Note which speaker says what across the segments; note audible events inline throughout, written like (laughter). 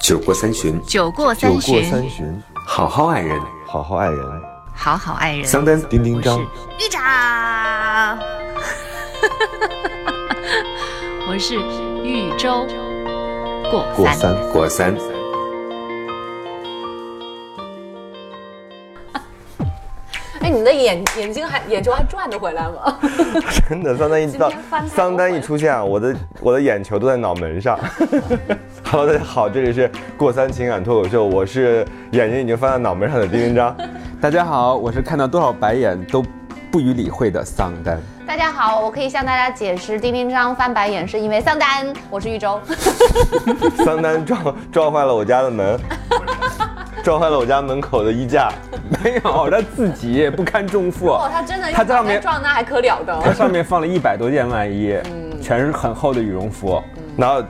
Speaker 1: 酒过三巡，
Speaker 2: 酒过
Speaker 3: 酒
Speaker 2: 三
Speaker 3: 过
Speaker 2: 巡，
Speaker 3: 三巡，
Speaker 1: 好好爱人。
Speaker 3: 好好爱人。啊
Speaker 2: 好好爱人。
Speaker 1: 桑丹，
Speaker 3: 丁丁张，
Speaker 2: 绿茶， (laughs) 我是豫州过
Speaker 3: 过
Speaker 2: 三。
Speaker 3: 三，
Speaker 1: 果三，
Speaker 4: 哎，你的眼眼睛还眼球还转得回来吗？
Speaker 3: (laughs) 真的，桑丹一到
Speaker 4: 今天翻太多
Speaker 3: 桑丹一出现啊，我的我的眼球都在脑门上。Hello，大家好，这里是过三情感脱口秀，我是眼睛已经翻到脑门上的丁丁张。
Speaker 5: 大家好，我是看到多少白眼都不予理会的桑丹。
Speaker 4: (laughs) 大家好，我可以向大家解释，丁丁张翻白眼是因为桑丹，我是豫州。
Speaker 3: 桑丹撞撞坏了我家的门，
Speaker 5: (laughs)
Speaker 3: 撞坏了我家门口的衣架。
Speaker 5: 没有，他自己不堪重负，
Speaker 4: 哦，他真的
Speaker 5: 他在上面
Speaker 4: 撞，那还可了
Speaker 5: 他
Speaker 4: 得。
Speaker 5: 上面放了一百多件外衣，
Speaker 4: 嗯
Speaker 5: 全是很厚的羽绒服。
Speaker 3: 然后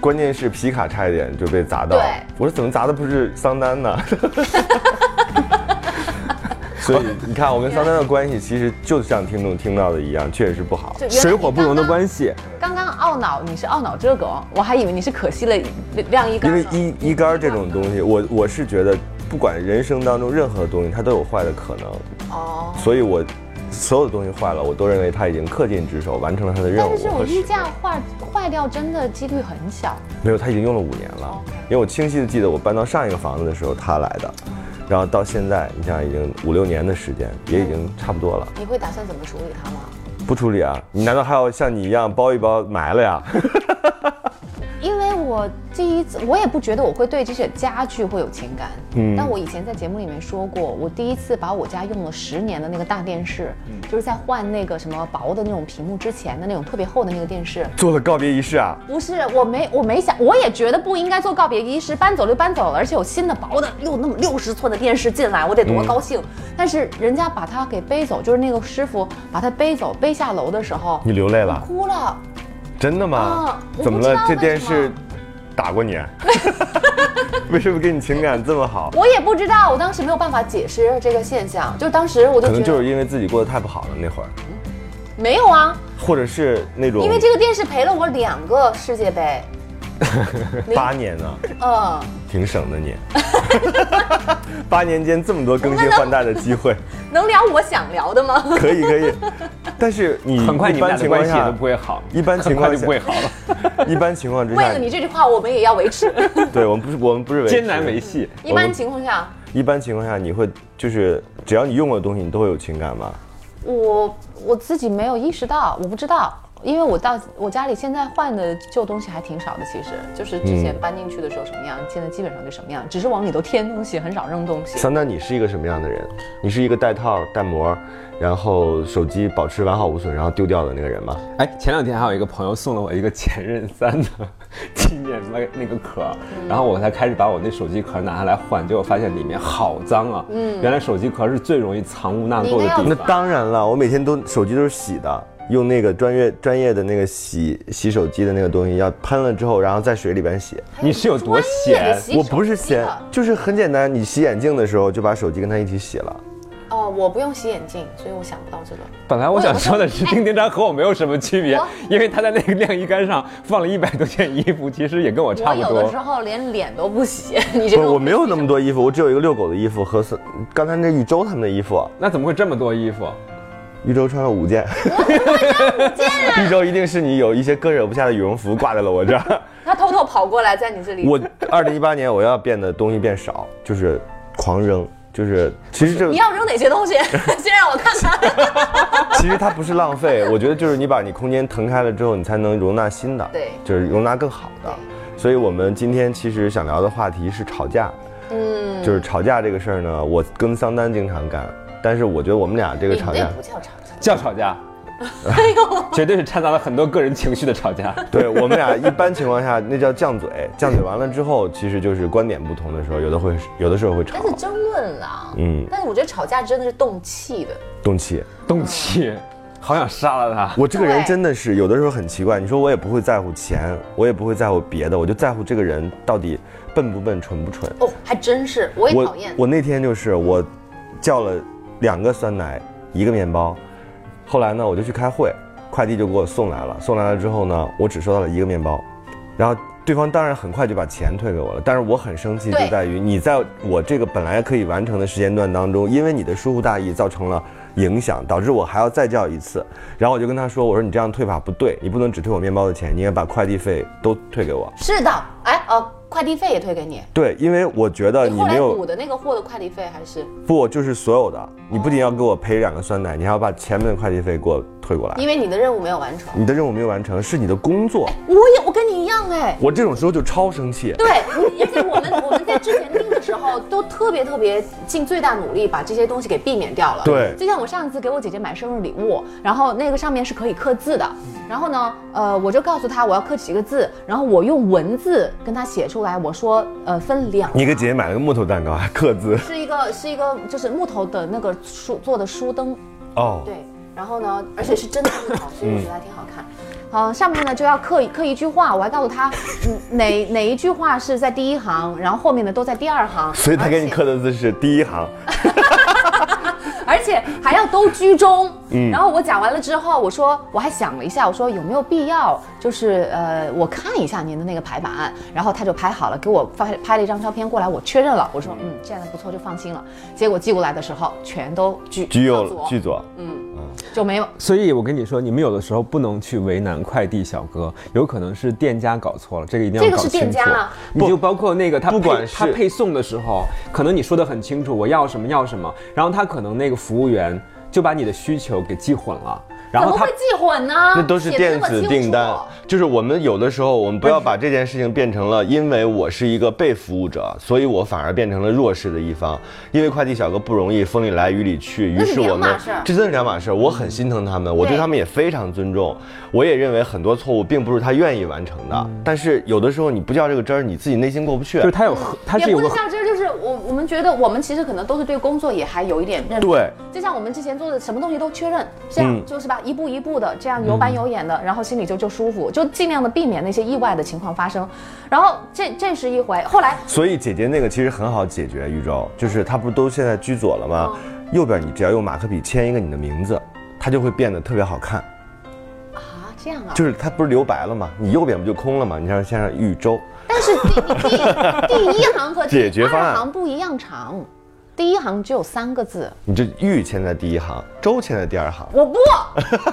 Speaker 3: 关键是皮卡差一点就被砸到
Speaker 4: 对，
Speaker 3: 我说怎么砸的不是桑丹呢？ (laughs) 所以你看，我跟桑丹的关系其实就像听众听到的一样，确实不好。
Speaker 4: 就原来
Speaker 5: (laughs) 水火不容的关
Speaker 4: 系。
Speaker 5: 系，
Speaker 4: 刚刚懊恼，你是懊恼这个梗，我还以为你是可惜了晾衣杆
Speaker 3: 因
Speaker 4: 呢。
Speaker 3: 为衣衣杆儿这种东西，我我是觉得，不管人生当中任何东西，它都有坏的可能，
Speaker 4: 哦，
Speaker 3: 所以我所有的东西坏了，我都认为它已经恪尽职守，完成了它的任
Speaker 4: 但
Speaker 3: 务
Speaker 4: 是这
Speaker 3: 和
Speaker 4: 种
Speaker 3: 使
Speaker 4: 衣
Speaker 3: 命。
Speaker 4: 架坏坏掉真的几率很小。
Speaker 3: 没有，他已经用了五年了，因为我清晰的记得我搬到上一个房子的时候他来的，然后到现在，你想已经五六年的时间，也已经差不多了。
Speaker 4: 你会打算怎么处理它吗？
Speaker 3: 不处理啊？你难道还要像你一样包一包埋了呀？ (laughs)
Speaker 4: 因为我第一次，我也不觉得我会对这些家具会有情感。嗯，但我以前在节目里面说过，我第一次把我家用了十年的那个大电视，就是在换那个什么薄的那种屏幕之前的那种特别厚的那个电视。
Speaker 3: 做了告别仪式啊？
Speaker 4: 不是，我没，我没想，我也觉得不应该做告别仪式，搬走就搬走了，而且有新的薄的六那么六十寸的电视进来，我得多高兴。但是人家把它给背走，就是那个师傅把它背走，背下楼的时候，
Speaker 3: 你流泪了？
Speaker 4: 哭了。
Speaker 3: 真的吗
Speaker 4: 啊？我不
Speaker 3: 怎么
Speaker 4: 知
Speaker 3: 了
Speaker 4: 道？
Speaker 3: 这
Speaker 4: 为
Speaker 3: 电
Speaker 4: 什
Speaker 3: 视
Speaker 4: 么
Speaker 3: 打过你？啊 (laughs) 为什么跟你情感这么好？
Speaker 4: 我也不知道，我当时没有办法解释这个现象，就当时我就
Speaker 3: 可
Speaker 4: 觉得
Speaker 3: 能就是因为自己过得太不好了那会儿，
Speaker 4: 没有啊，
Speaker 3: 或者是那种
Speaker 4: 因为这个电视陪了我两个世界杯，
Speaker 3: 八年呢，哦
Speaker 4: 嗯，
Speaker 3: 挺省的你。 (laughs) 八年间这么多更新换代的机会。
Speaker 4: 能聊我想聊的吗？
Speaker 3: 可以
Speaker 5: (laughs)
Speaker 3: 可以，但是你
Speaker 5: 很快
Speaker 3: 一
Speaker 5: 你
Speaker 3: 般
Speaker 5: 们俩的
Speaker 3: 情
Speaker 5: 关
Speaker 3: 况
Speaker 5: 系也都
Speaker 3: 下
Speaker 5: 不，会好，
Speaker 3: 一般情
Speaker 5: 很 (laughs) 快
Speaker 3: 况
Speaker 5: 就不会
Speaker 3: 下，
Speaker 5: 好了，
Speaker 3: 一般情况之
Speaker 4: 为
Speaker 3: 下
Speaker 4: 了，你这句话，我们也要维
Speaker 3: (laughs)
Speaker 4: 持。
Speaker 3: 对我们不是我们不是维持
Speaker 5: (laughs) 艰难维。系。
Speaker 4: 一般情况下，
Speaker 3: 一般情况下，你会就是只要你用过的东西，你都会有情感吧？
Speaker 4: 我我自己没有意识到，我不知道，因为我到我家里现在换的旧东西还挺少的，其实就是之前搬进去的时候什么样，现在基本上就什么样，只是往里头添东西，很少扔东西。
Speaker 3: 桑丹，你是一个什么样的人？你是一个带套带膜，然后手机保持完好无损，然后丢掉的那个人吗？
Speaker 5: 哎，前两天还有一个朋友送了我一个前任三的纪念那个那个壳儿，
Speaker 4: 嗯
Speaker 5: 然后我才开始把我那手机壳拿下来换，结果发现里面好脏啊！嗯，原来手机壳是最容易藏污纳垢的
Speaker 4: 你应该
Speaker 5: 地
Speaker 3: 那
Speaker 5: 方。
Speaker 3: 当然了，我每天都手机都是洗的，用那个专业专业的那个洗洗手机的那个东西，要喷了之后，然后在水里边洗。
Speaker 5: 你是有多
Speaker 4: 专业
Speaker 5: 闲
Speaker 4: 的？洗
Speaker 3: 我
Speaker 4: 手
Speaker 3: 不是
Speaker 4: 机
Speaker 3: 嫌
Speaker 4: 的，
Speaker 3: 就是很简单，你洗眼镜的时候就把手机跟它一起洗了。
Speaker 4: 哦，我不用洗眼镜，所以我想不到这个。
Speaker 5: 本来我想说的是，丁丁章和我没有什么区别
Speaker 4: 我，
Speaker 5: 因为他在那个晾衣杆上放了一百多件衣服，其实也跟我差
Speaker 4: 我
Speaker 5: 不
Speaker 4: 有的
Speaker 5: 多
Speaker 4: 时。候连脸都不
Speaker 3: (laughs)
Speaker 4: 洗，你这
Speaker 3: 不是，
Speaker 4: 个
Speaker 3: 我没有那么多衣服，我只有一个遛狗的衣服和三刚才那禹州他们的衣服。
Speaker 5: 那怎么会这么多衣服？
Speaker 3: 禹州穿了五
Speaker 4: (laughs)
Speaker 3: 件，禹州一定是你有一些割舍不下的羽绒服挂在了我这
Speaker 4: (laughs)
Speaker 3: 儿。
Speaker 4: 他偷偷跑过来在你这里。
Speaker 3: 我二零一八年我要变的东西变少，就是狂扔，就是其实这
Speaker 4: 你要扔哪些
Speaker 3: (laughs)
Speaker 4: 东西？先让我看看。
Speaker 3: 其实它不是浪费，我觉得就是你把你空间腾开了之后，你才能容纳新的，
Speaker 4: 对
Speaker 3: 就是容纳更好的。所以我们今天其实想聊的话题是吵架，嗯，就是吵架这个事儿呢，我跟桑丹经常干，但是我觉得我们俩这个
Speaker 4: 你
Speaker 3: 吵
Speaker 4: 那
Speaker 3: 架，
Speaker 4: 不叫吵架，
Speaker 5: 叫吵
Speaker 4: (laughs)
Speaker 5: 架，
Speaker 4: 哎
Speaker 5: 绝对是掺杂了很多个人情绪的吵架。
Speaker 3: 对我们俩一般情况下那叫犟嘴，犟嘴完了之后，其实就是观点不同的时候，有的会有的时候会吵
Speaker 4: 但，是争论啦。
Speaker 3: 嗯，
Speaker 4: 但是我觉得吵架真的是动气的。
Speaker 3: 动气。
Speaker 5: 动气，好想杀了他。
Speaker 3: 我这个人
Speaker 4: 对
Speaker 3: 真的是有的时候很奇怪，你说我也不会在乎钱，我也不会在乎别的，我就在乎这个人到底笨不笨、蠢不蠢。
Speaker 4: 哦，还真是，我也
Speaker 3: 我
Speaker 4: 讨厌。
Speaker 3: 我那天就是我叫了两个酸奶，一个面包。后来呢，我就去开会，快递就给我送来了。送来了之后呢，我只收到了一个面包，然后对方当然很快就把钱退给我了，但是我很生气就
Speaker 4: 对
Speaker 3: 在于你在我这个本来可以完成的时间段当中，因为你的疏忽大意造成了影响，导致我还要再叫一次。然后我就跟他说：“我说你这样退法不对，你不能只退我面包的钱，你应该把快递费都退给我。
Speaker 4: 是的，哎哦，快递费也退给你。”
Speaker 3: 对，因为我觉得呃你
Speaker 4: 哎后
Speaker 3: 没
Speaker 4: 来
Speaker 3: 有啊
Speaker 4: 补的那个货的快递费还是
Speaker 3: 不就是所有的，你不仅要给我赔两个酸奶，你还要把前面的快递费给我退过来。
Speaker 4: 因为你的任务没有完成。
Speaker 3: 你的任务没有完成，是你的工作。
Speaker 4: 我也我跟你一样哎，
Speaker 3: 我这种时候就超生气。
Speaker 4: 对，而且我们我们在之前定的时候都特别特别尽最大努力把这些东西给避免掉了。
Speaker 3: 对
Speaker 4: 就像我上次给我姐姐买生日礼物，然后那个上面是可以刻字的，
Speaker 3: 嗯
Speaker 4: 然后呢，呃，我就告诉她我要刻几个字，然后我用文字跟她写出来，我说呃分两
Speaker 3: 你给姐姐买了个木头蛋糕，还刻字。
Speaker 4: 是一个是一个就是木头的那个书做的书灯，
Speaker 3: 哦，
Speaker 4: 对，然后呢，而且是真的木头，所以我
Speaker 3: 嗯
Speaker 4: 觉得还挺好看。好，上面呢就要刻一刻一句话，我还告诉他，嗯，哪哪一句话是在第一行，然后后面的都在第二行，
Speaker 3: 所以他给你刻的字是第一行。
Speaker 4: 而且还要都居中。
Speaker 3: 嗯
Speaker 4: 然后我讲完了之后，我说我还想了一下，我说有没有必要，就是呃，我看一下您的那个排版，然后他就排好了，给我发拍了一张照片过来，我确认了，我说嗯，这样的不错，就放心了。结果寄过来的时候，全都居
Speaker 3: 居
Speaker 4: 向
Speaker 3: 右
Speaker 4: 左
Speaker 3: 居嗯左，
Speaker 4: 就没有
Speaker 5: 所以我跟你说，你们有的时候不能去为难快递小哥，有可能是店家搞错了，这个一定要
Speaker 4: 这个
Speaker 5: 搞
Speaker 4: 是
Speaker 5: 清楚。
Speaker 4: 店家啊
Speaker 5: 你就包括那个他
Speaker 3: 不
Speaker 5: 配
Speaker 3: 管是
Speaker 5: 他配送的时候，可能你说的很清楚，我要什么要什么，然后他可能那个服务员就把你的需求给记混了，然
Speaker 4: 怎
Speaker 5: 后
Speaker 4: 么
Speaker 5: 他
Speaker 4: 会记混呢？
Speaker 3: 那都是
Speaker 4: 啊写得
Speaker 3: 电
Speaker 4: 那么
Speaker 3: 子
Speaker 4: 清
Speaker 3: 订单
Speaker 4: 楚。嗯
Speaker 3: 就是我们有的时候，我们不要把这件事情变成了，因为我是一个被服务者，所以我反而变成了弱势的一方。因为快递小哥不容易，风里来雨里去，于
Speaker 4: 那是
Speaker 3: 是我
Speaker 4: 两码
Speaker 3: 们
Speaker 4: 事儿
Speaker 3: 这真的是两码事儿。我很心疼他们，我对
Speaker 4: 对
Speaker 3: 他们也非常尊重。我也认为很多错误并不是他愿意完成的，
Speaker 4: 嗯
Speaker 3: 但是有的时候你不较这个真儿，你自己内心过不去。
Speaker 5: 就是他有合他是
Speaker 4: 也
Speaker 5: 有
Speaker 4: 不
Speaker 5: 个
Speaker 4: 是较真儿，就是我我们觉得我们其实可能都是对工作也还有一点认识。
Speaker 3: 对，嗯
Speaker 4: 就像我们之前做的什么东西都确认，这样、就是吧，一步一步的这样有板有眼的，然后心里就就舒服，就尽量的避免那些意外的情况发生。然后这这是一回，后来
Speaker 3: 所以姐姐那个其实很好解决，宇宙就是它不是都现在居左了吗？
Speaker 4: 嗯
Speaker 3: 右边你只要用马克笔签一个你的名字，它就会变得特别好看。
Speaker 4: 啊这样啊，
Speaker 3: 就是它不是留白了吗？你右边不就空了吗？你让先上豫州，
Speaker 4: 但是第
Speaker 3: (laughs)
Speaker 4: 第第一行和
Speaker 3: 解决
Speaker 4: 第
Speaker 3: 方案
Speaker 4: 二行不一样长，第一行只有三个字，
Speaker 3: 你这豫签在第一行，州签在第二行。(laughs)
Speaker 4: 我不，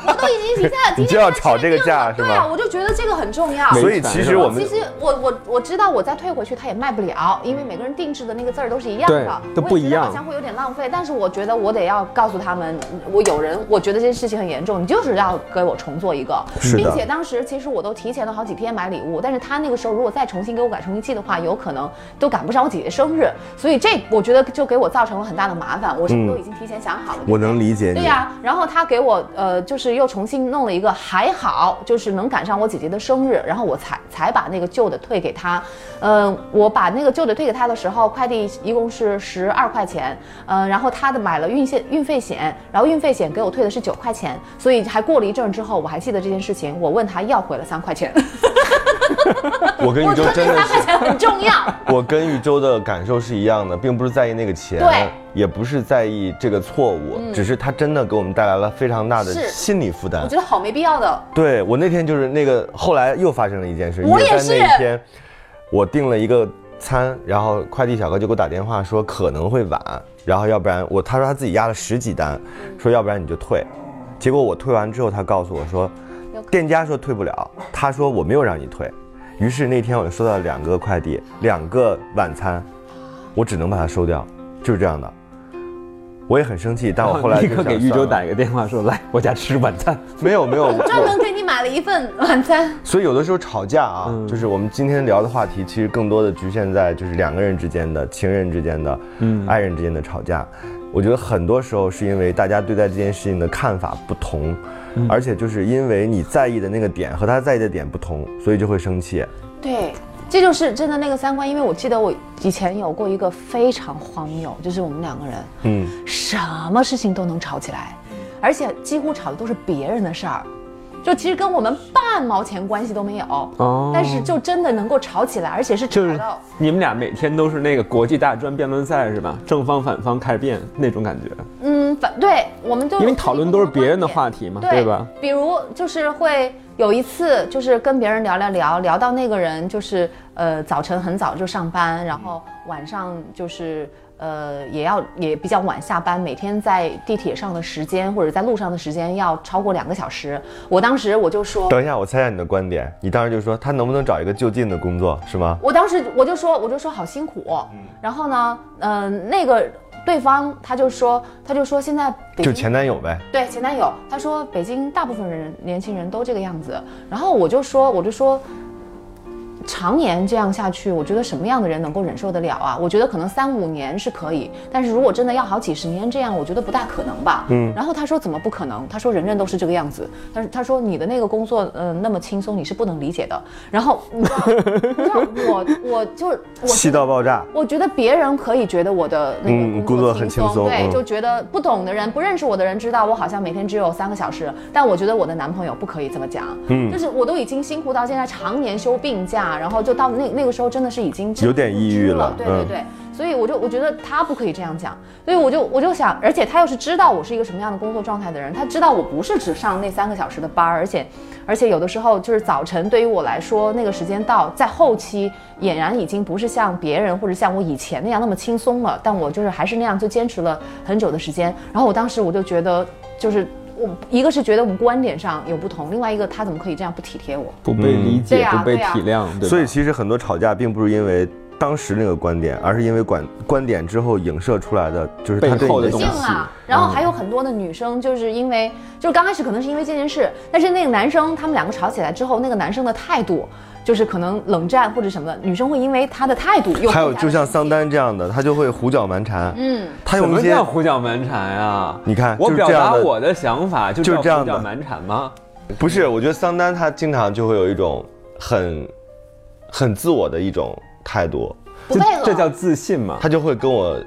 Speaker 4: 我都已经提下了，
Speaker 3: 你就要吵这个架
Speaker 4: 提前跟他确认
Speaker 3: 是吗
Speaker 4: 对啊，我就觉得这个很重要。
Speaker 5: 没
Speaker 3: 所以其实我们
Speaker 4: 其实我我我知道我再退回去它也卖不了，因为每个人定制的那个字儿都是一样的，
Speaker 5: 对都不一样
Speaker 4: 我也觉得好像会有点浪费。但是我觉得我得要告诉他们，我有人我觉得这件事情很严重，你就是要给我重做一个，
Speaker 3: 是的
Speaker 4: 并且当时其实我都提前了好几天买礼物，但是他那个时候如果再重新给我改重新寄的话，有可能都赶不上我姐姐生日，所以这我觉得就给我造成了很大的麻烦。我
Speaker 5: 嗯
Speaker 4: 是不是都已经提前想好了？
Speaker 3: 我能理解你。
Speaker 4: 对呀、然后他给我呃，就是又重新弄了一个，还好，就是能赶上我姐姐的生日，然后我才才把那个旧的退给他。嗯，我把那个旧的退给他的时候，快递一共是十二块钱，嗯，然后他的买了运线运费险，然后运费险给我退的是九块钱，所以还过了一阵儿之后，我还记得这件事情，我问他要回了三块钱，
Speaker 3: 我跟
Speaker 4: 我
Speaker 3: 豫州
Speaker 4: 说这
Speaker 3: 真的
Speaker 4: 三
Speaker 3: 是，
Speaker 4: 块钱很重要。
Speaker 3: 我跟豫州的感受是一样的，并不是在意那个钱，
Speaker 4: 对嗯
Speaker 3: 也不是在意这个错误，只是它真的给我们带来了非常大的
Speaker 4: 是
Speaker 3: 心理负担
Speaker 4: 我觉。得好没必要的，
Speaker 3: 对我那天就是那个，后来又发生了一件事，
Speaker 4: 我也
Speaker 3: 在那
Speaker 4: 是
Speaker 3: 一天，我订了一个餐，然后快递小哥就给我打电话说可能会晚，然后要不然我他说他自己压了十几单，说要不然你就退，结果我退完之后，他告诉我说，店家说退不了，他说我没有让你退，于是那天我就收到两个快递，两个晚餐，我只能把它收掉，就是这样的。我也很生气，但我后来
Speaker 5: 立
Speaker 3: 就
Speaker 5: 刻
Speaker 3: 想
Speaker 5: 给豫州
Speaker 3: 算了
Speaker 5: 打一个电话说来我家吃晚餐，
Speaker 3: 没有没有，我
Speaker 4: 专门给你买了一份晚餐。
Speaker 3: 所以有的时候吵架啊，
Speaker 5: 嗯
Speaker 3: 就是我们今天聊的话题，其实更多的局限在就是两个人之间的、情人之间的、
Speaker 5: 嗯
Speaker 3: 爱人之间的吵架。我觉得很多时候是因为大家对待这件事情的看法不同，
Speaker 5: 嗯
Speaker 3: 而且就是因为你在意的那个点和他在意的点不同，所以就会生气。
Speaker 4: 对，这就是真的那个三观，因为我记得我以前有过一个非常荒谬，就是我们两个人，
Speaker 3: 嗯，
Speaker 4: 什么事情都能吵起来，而且几乎吵的都是别人的事儿，就其实跟我们半毛钱关系都没有，
Speaker 5: 哦
Speaker 4: 但是就真的能够吵起来，而且是吵
Speaker 5: 就是
Speaker 4: 到。
Speaker 5: 你们俩每天都是那个国际大专辩论赛是吧？正方反方开始辩那种感觉，
Speaker 4: 嗯，反对，我们就
Speaker 5: 因为讨论都是别人的话
Speaker 4: 题，
Speaker 5: 题嘛，
Speaker 4: 对
Speaker 5: 吧？？
Speaker 4: 比如就是会有一次就是跟别人聊聊聊，聊到那个人就是呃早晨很早就上班，然后晚上就是呃也要也比较晚下班，每天在地铁上的时间或者在路上的时间要超过两个小时。我当时我就说，
Speaker 3: 等一下，我猜一下你的观点，你当时就说他能不能找一个就近的工作是吗？
Speaker 4: 我当时我就说我就说好辛苦，哦然后呢，呃那个对方他就说他就说现在
Speaker 3: 就
Speaker 4: 北京
Speaker 3: 前男友呗。
Speaker 4: 对前男友，他说北京大部分人年轻人都这个样子，然后我就说我就说，常年这样下去，我觉得什么样的人能够忍受得了啊？我觉得可能三五年是可以，但是如果真的要好几十年这样，我觉得不大可能吧。嗯。然后他说怎么不可能？他说人人都是这个样子，但是他说你的那个工作，嗯、那么轻松，你是不能理解的。然后 (laughs) 你知道，你知道我我就是我
Speaker 3: 气到爆炸，
Speaker 4: 我觉得别人可以觉得我的那
Speaker 3: 嗯
Speaker 4: 个
Speaker 3: 工作很轻松
Speaker 4: 对，
Speaker 3: 嗯
Speaker 4: 就觉得不懂的人、不认识我的人知道我好像每天只有三个小时，但我觉得我的男朋友不可以这么讲，嗯，就是我都已经辛苦到现在，常年休病假，然后就到那那个时候真的是已经
Speaker 3: 有点抑郁了
Speaker 4: 了，对对
Speaker 3: 嗯
Speaker 4: 对。所以我就我觉得他不可以这样讲，所以我就我就想，而且他又是知道我是一个什么样的工作状态的人，他知道我不是只上那三个小时的班儿，而且而且有的时候就是早晨对于我来说那个时间到，在后期俨然已经不是像别人或者像我以前那样那么轻松了，但我就是还是那样就坚持了很久的时间，然后我当时我就觉得就是。我一个是觉得我们观点上有不同，另外一个他怎么可以这样不体贴我？
Speaker 5: 不被理
Speaker 4: 对
Speaker 5: 解，
Speaker 4: 呀
Speaker 5: 不
Speaker 4: 嗯
Speaker 5: 被
Speaker 4: 对啊呀
Speaker 5: 体谅，对吧
Speaker 3: 所以其实很多吵架并不是因为当时那个观点，而是因为观观点之后影射出来的，就是他对
Speaker 5: 背
Speaker 3: 你
Speaker 5: 后的
Speaker 3: 的
Speaker 5: 东
Speaker 3: 想
Speaker 5: 西
Speaker 4: 定啊。然
Speaker 5: 嗯
Speaker 4: 后还有很多的女生，就是因为就是刚开始可能是因为这件事，但是那个男生他们两个吵起来之后，那个男生的态度就是可能冷战或者什么的，女生会因为他的态度又
Speaker 3: 还有
Speaker 4: 更加地
Speaker 3: 就像桑
Speaker 4: 生
Speaker 3: 丹这样的，他就会胡搅蛮缠。嗯，他
Speaker 5: 怎
Speaker 3: 用
Speaker 5: 么
Speaker 3: 一些
Speaker 5: 叫胡搅蛮缠啊？
Speaker 3: 你看
Speaker 5: 我
Speaker 3: 就是
Speaker 5: 表
Speaker 3: 这样
Speaker 5: 达
Speaker 3: 的
Speaker 5: 我的想法，就
Speaker 3: 就是
Speaker 5: 叫
Speaker 3: 这样
Speaker 5: 胡搅
Speaker 3: 的
Speaker 5: 蛮缠吗？
Speaker 3: 不是，我觉得桑丹他经常就会有一种很很自我的一种态度，
Speaker 4: 气不
Speaker 5: 这
Speaker 4: 为了
Speaker 5: 这叫自信嘛？
Speaker 3: 他就会跟我，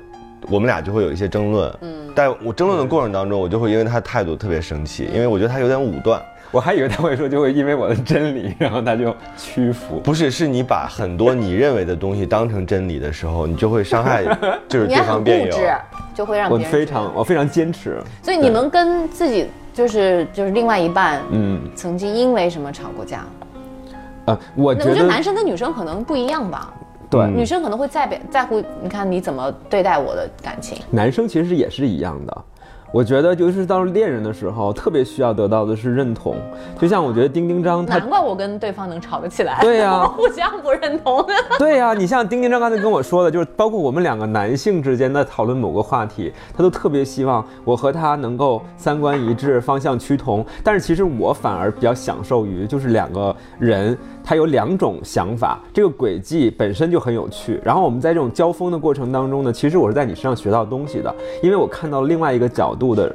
Speaker 3: 我们俩就会有一些争论。嗯，但我争论的过程当中，我就会因为他的态度特别生气，因为我觉得他有点武断。
Speaker 5: 我还以为他会说，就会因为我的真理，然后他就屈服。
Speaker 3: 不是，是你把很多你认为的东西当成真理的时候，你就会伤
Speaker 4: (laughs)
Speaker 3: 害，就是对
Speaker 4: 你还
Speaker 3: 方
Speaker 4: 很固
Speaker 3: 辩友。
Speaker 4: 执，就会让
Speaker 5: 我
Speaker 4: 别人觉
Speaker 5: 非
Speaker 4: 得
Speaker 5: 常，我非常坚持。
Speaker 4: 所以你们跟自己就是就是另外一半，
Speaker 5: 嗯，
Speaker 4: 曾经因为什么吵过架？
Speaker 5: 呃，我
Speaker 4: 那
Speaker 5: 觉
Speaker 4: 我觉得
Speaker 5: 得
Speaker 4: 男生跟女生可能不一样吧，
Speaker 5: 对
Speaker 3: 嗯
Speaker 4: 女生可能会在别在乎，你看你怎么对待我的感情。
Speaker 5: 男生其实也是一样的。我觉得，就是当恋人的时候，特别需要得到的是认同。就像我觉得丁丁张他
Speaker 4: 难怪我跟对方能吵得起来，
Speaker 5: 对呀
Speaker 4: (laughs) 互相不认同。 (laughs)
Speaker 5: (laughs) 对呀、你像丁丁张刚才跟我说的，就是包括我们两个男性之间在讨论某个话题，他都特别希望我和他能够三观一致、方向趋同。但是其实我反而比较享受于，就是两个人他有两种想法，这个轨迹本身就很有趣。然后我们在这种交锋的过程当中呢，其实我是在你身上学到东西的，因为我看到了另外一个角度的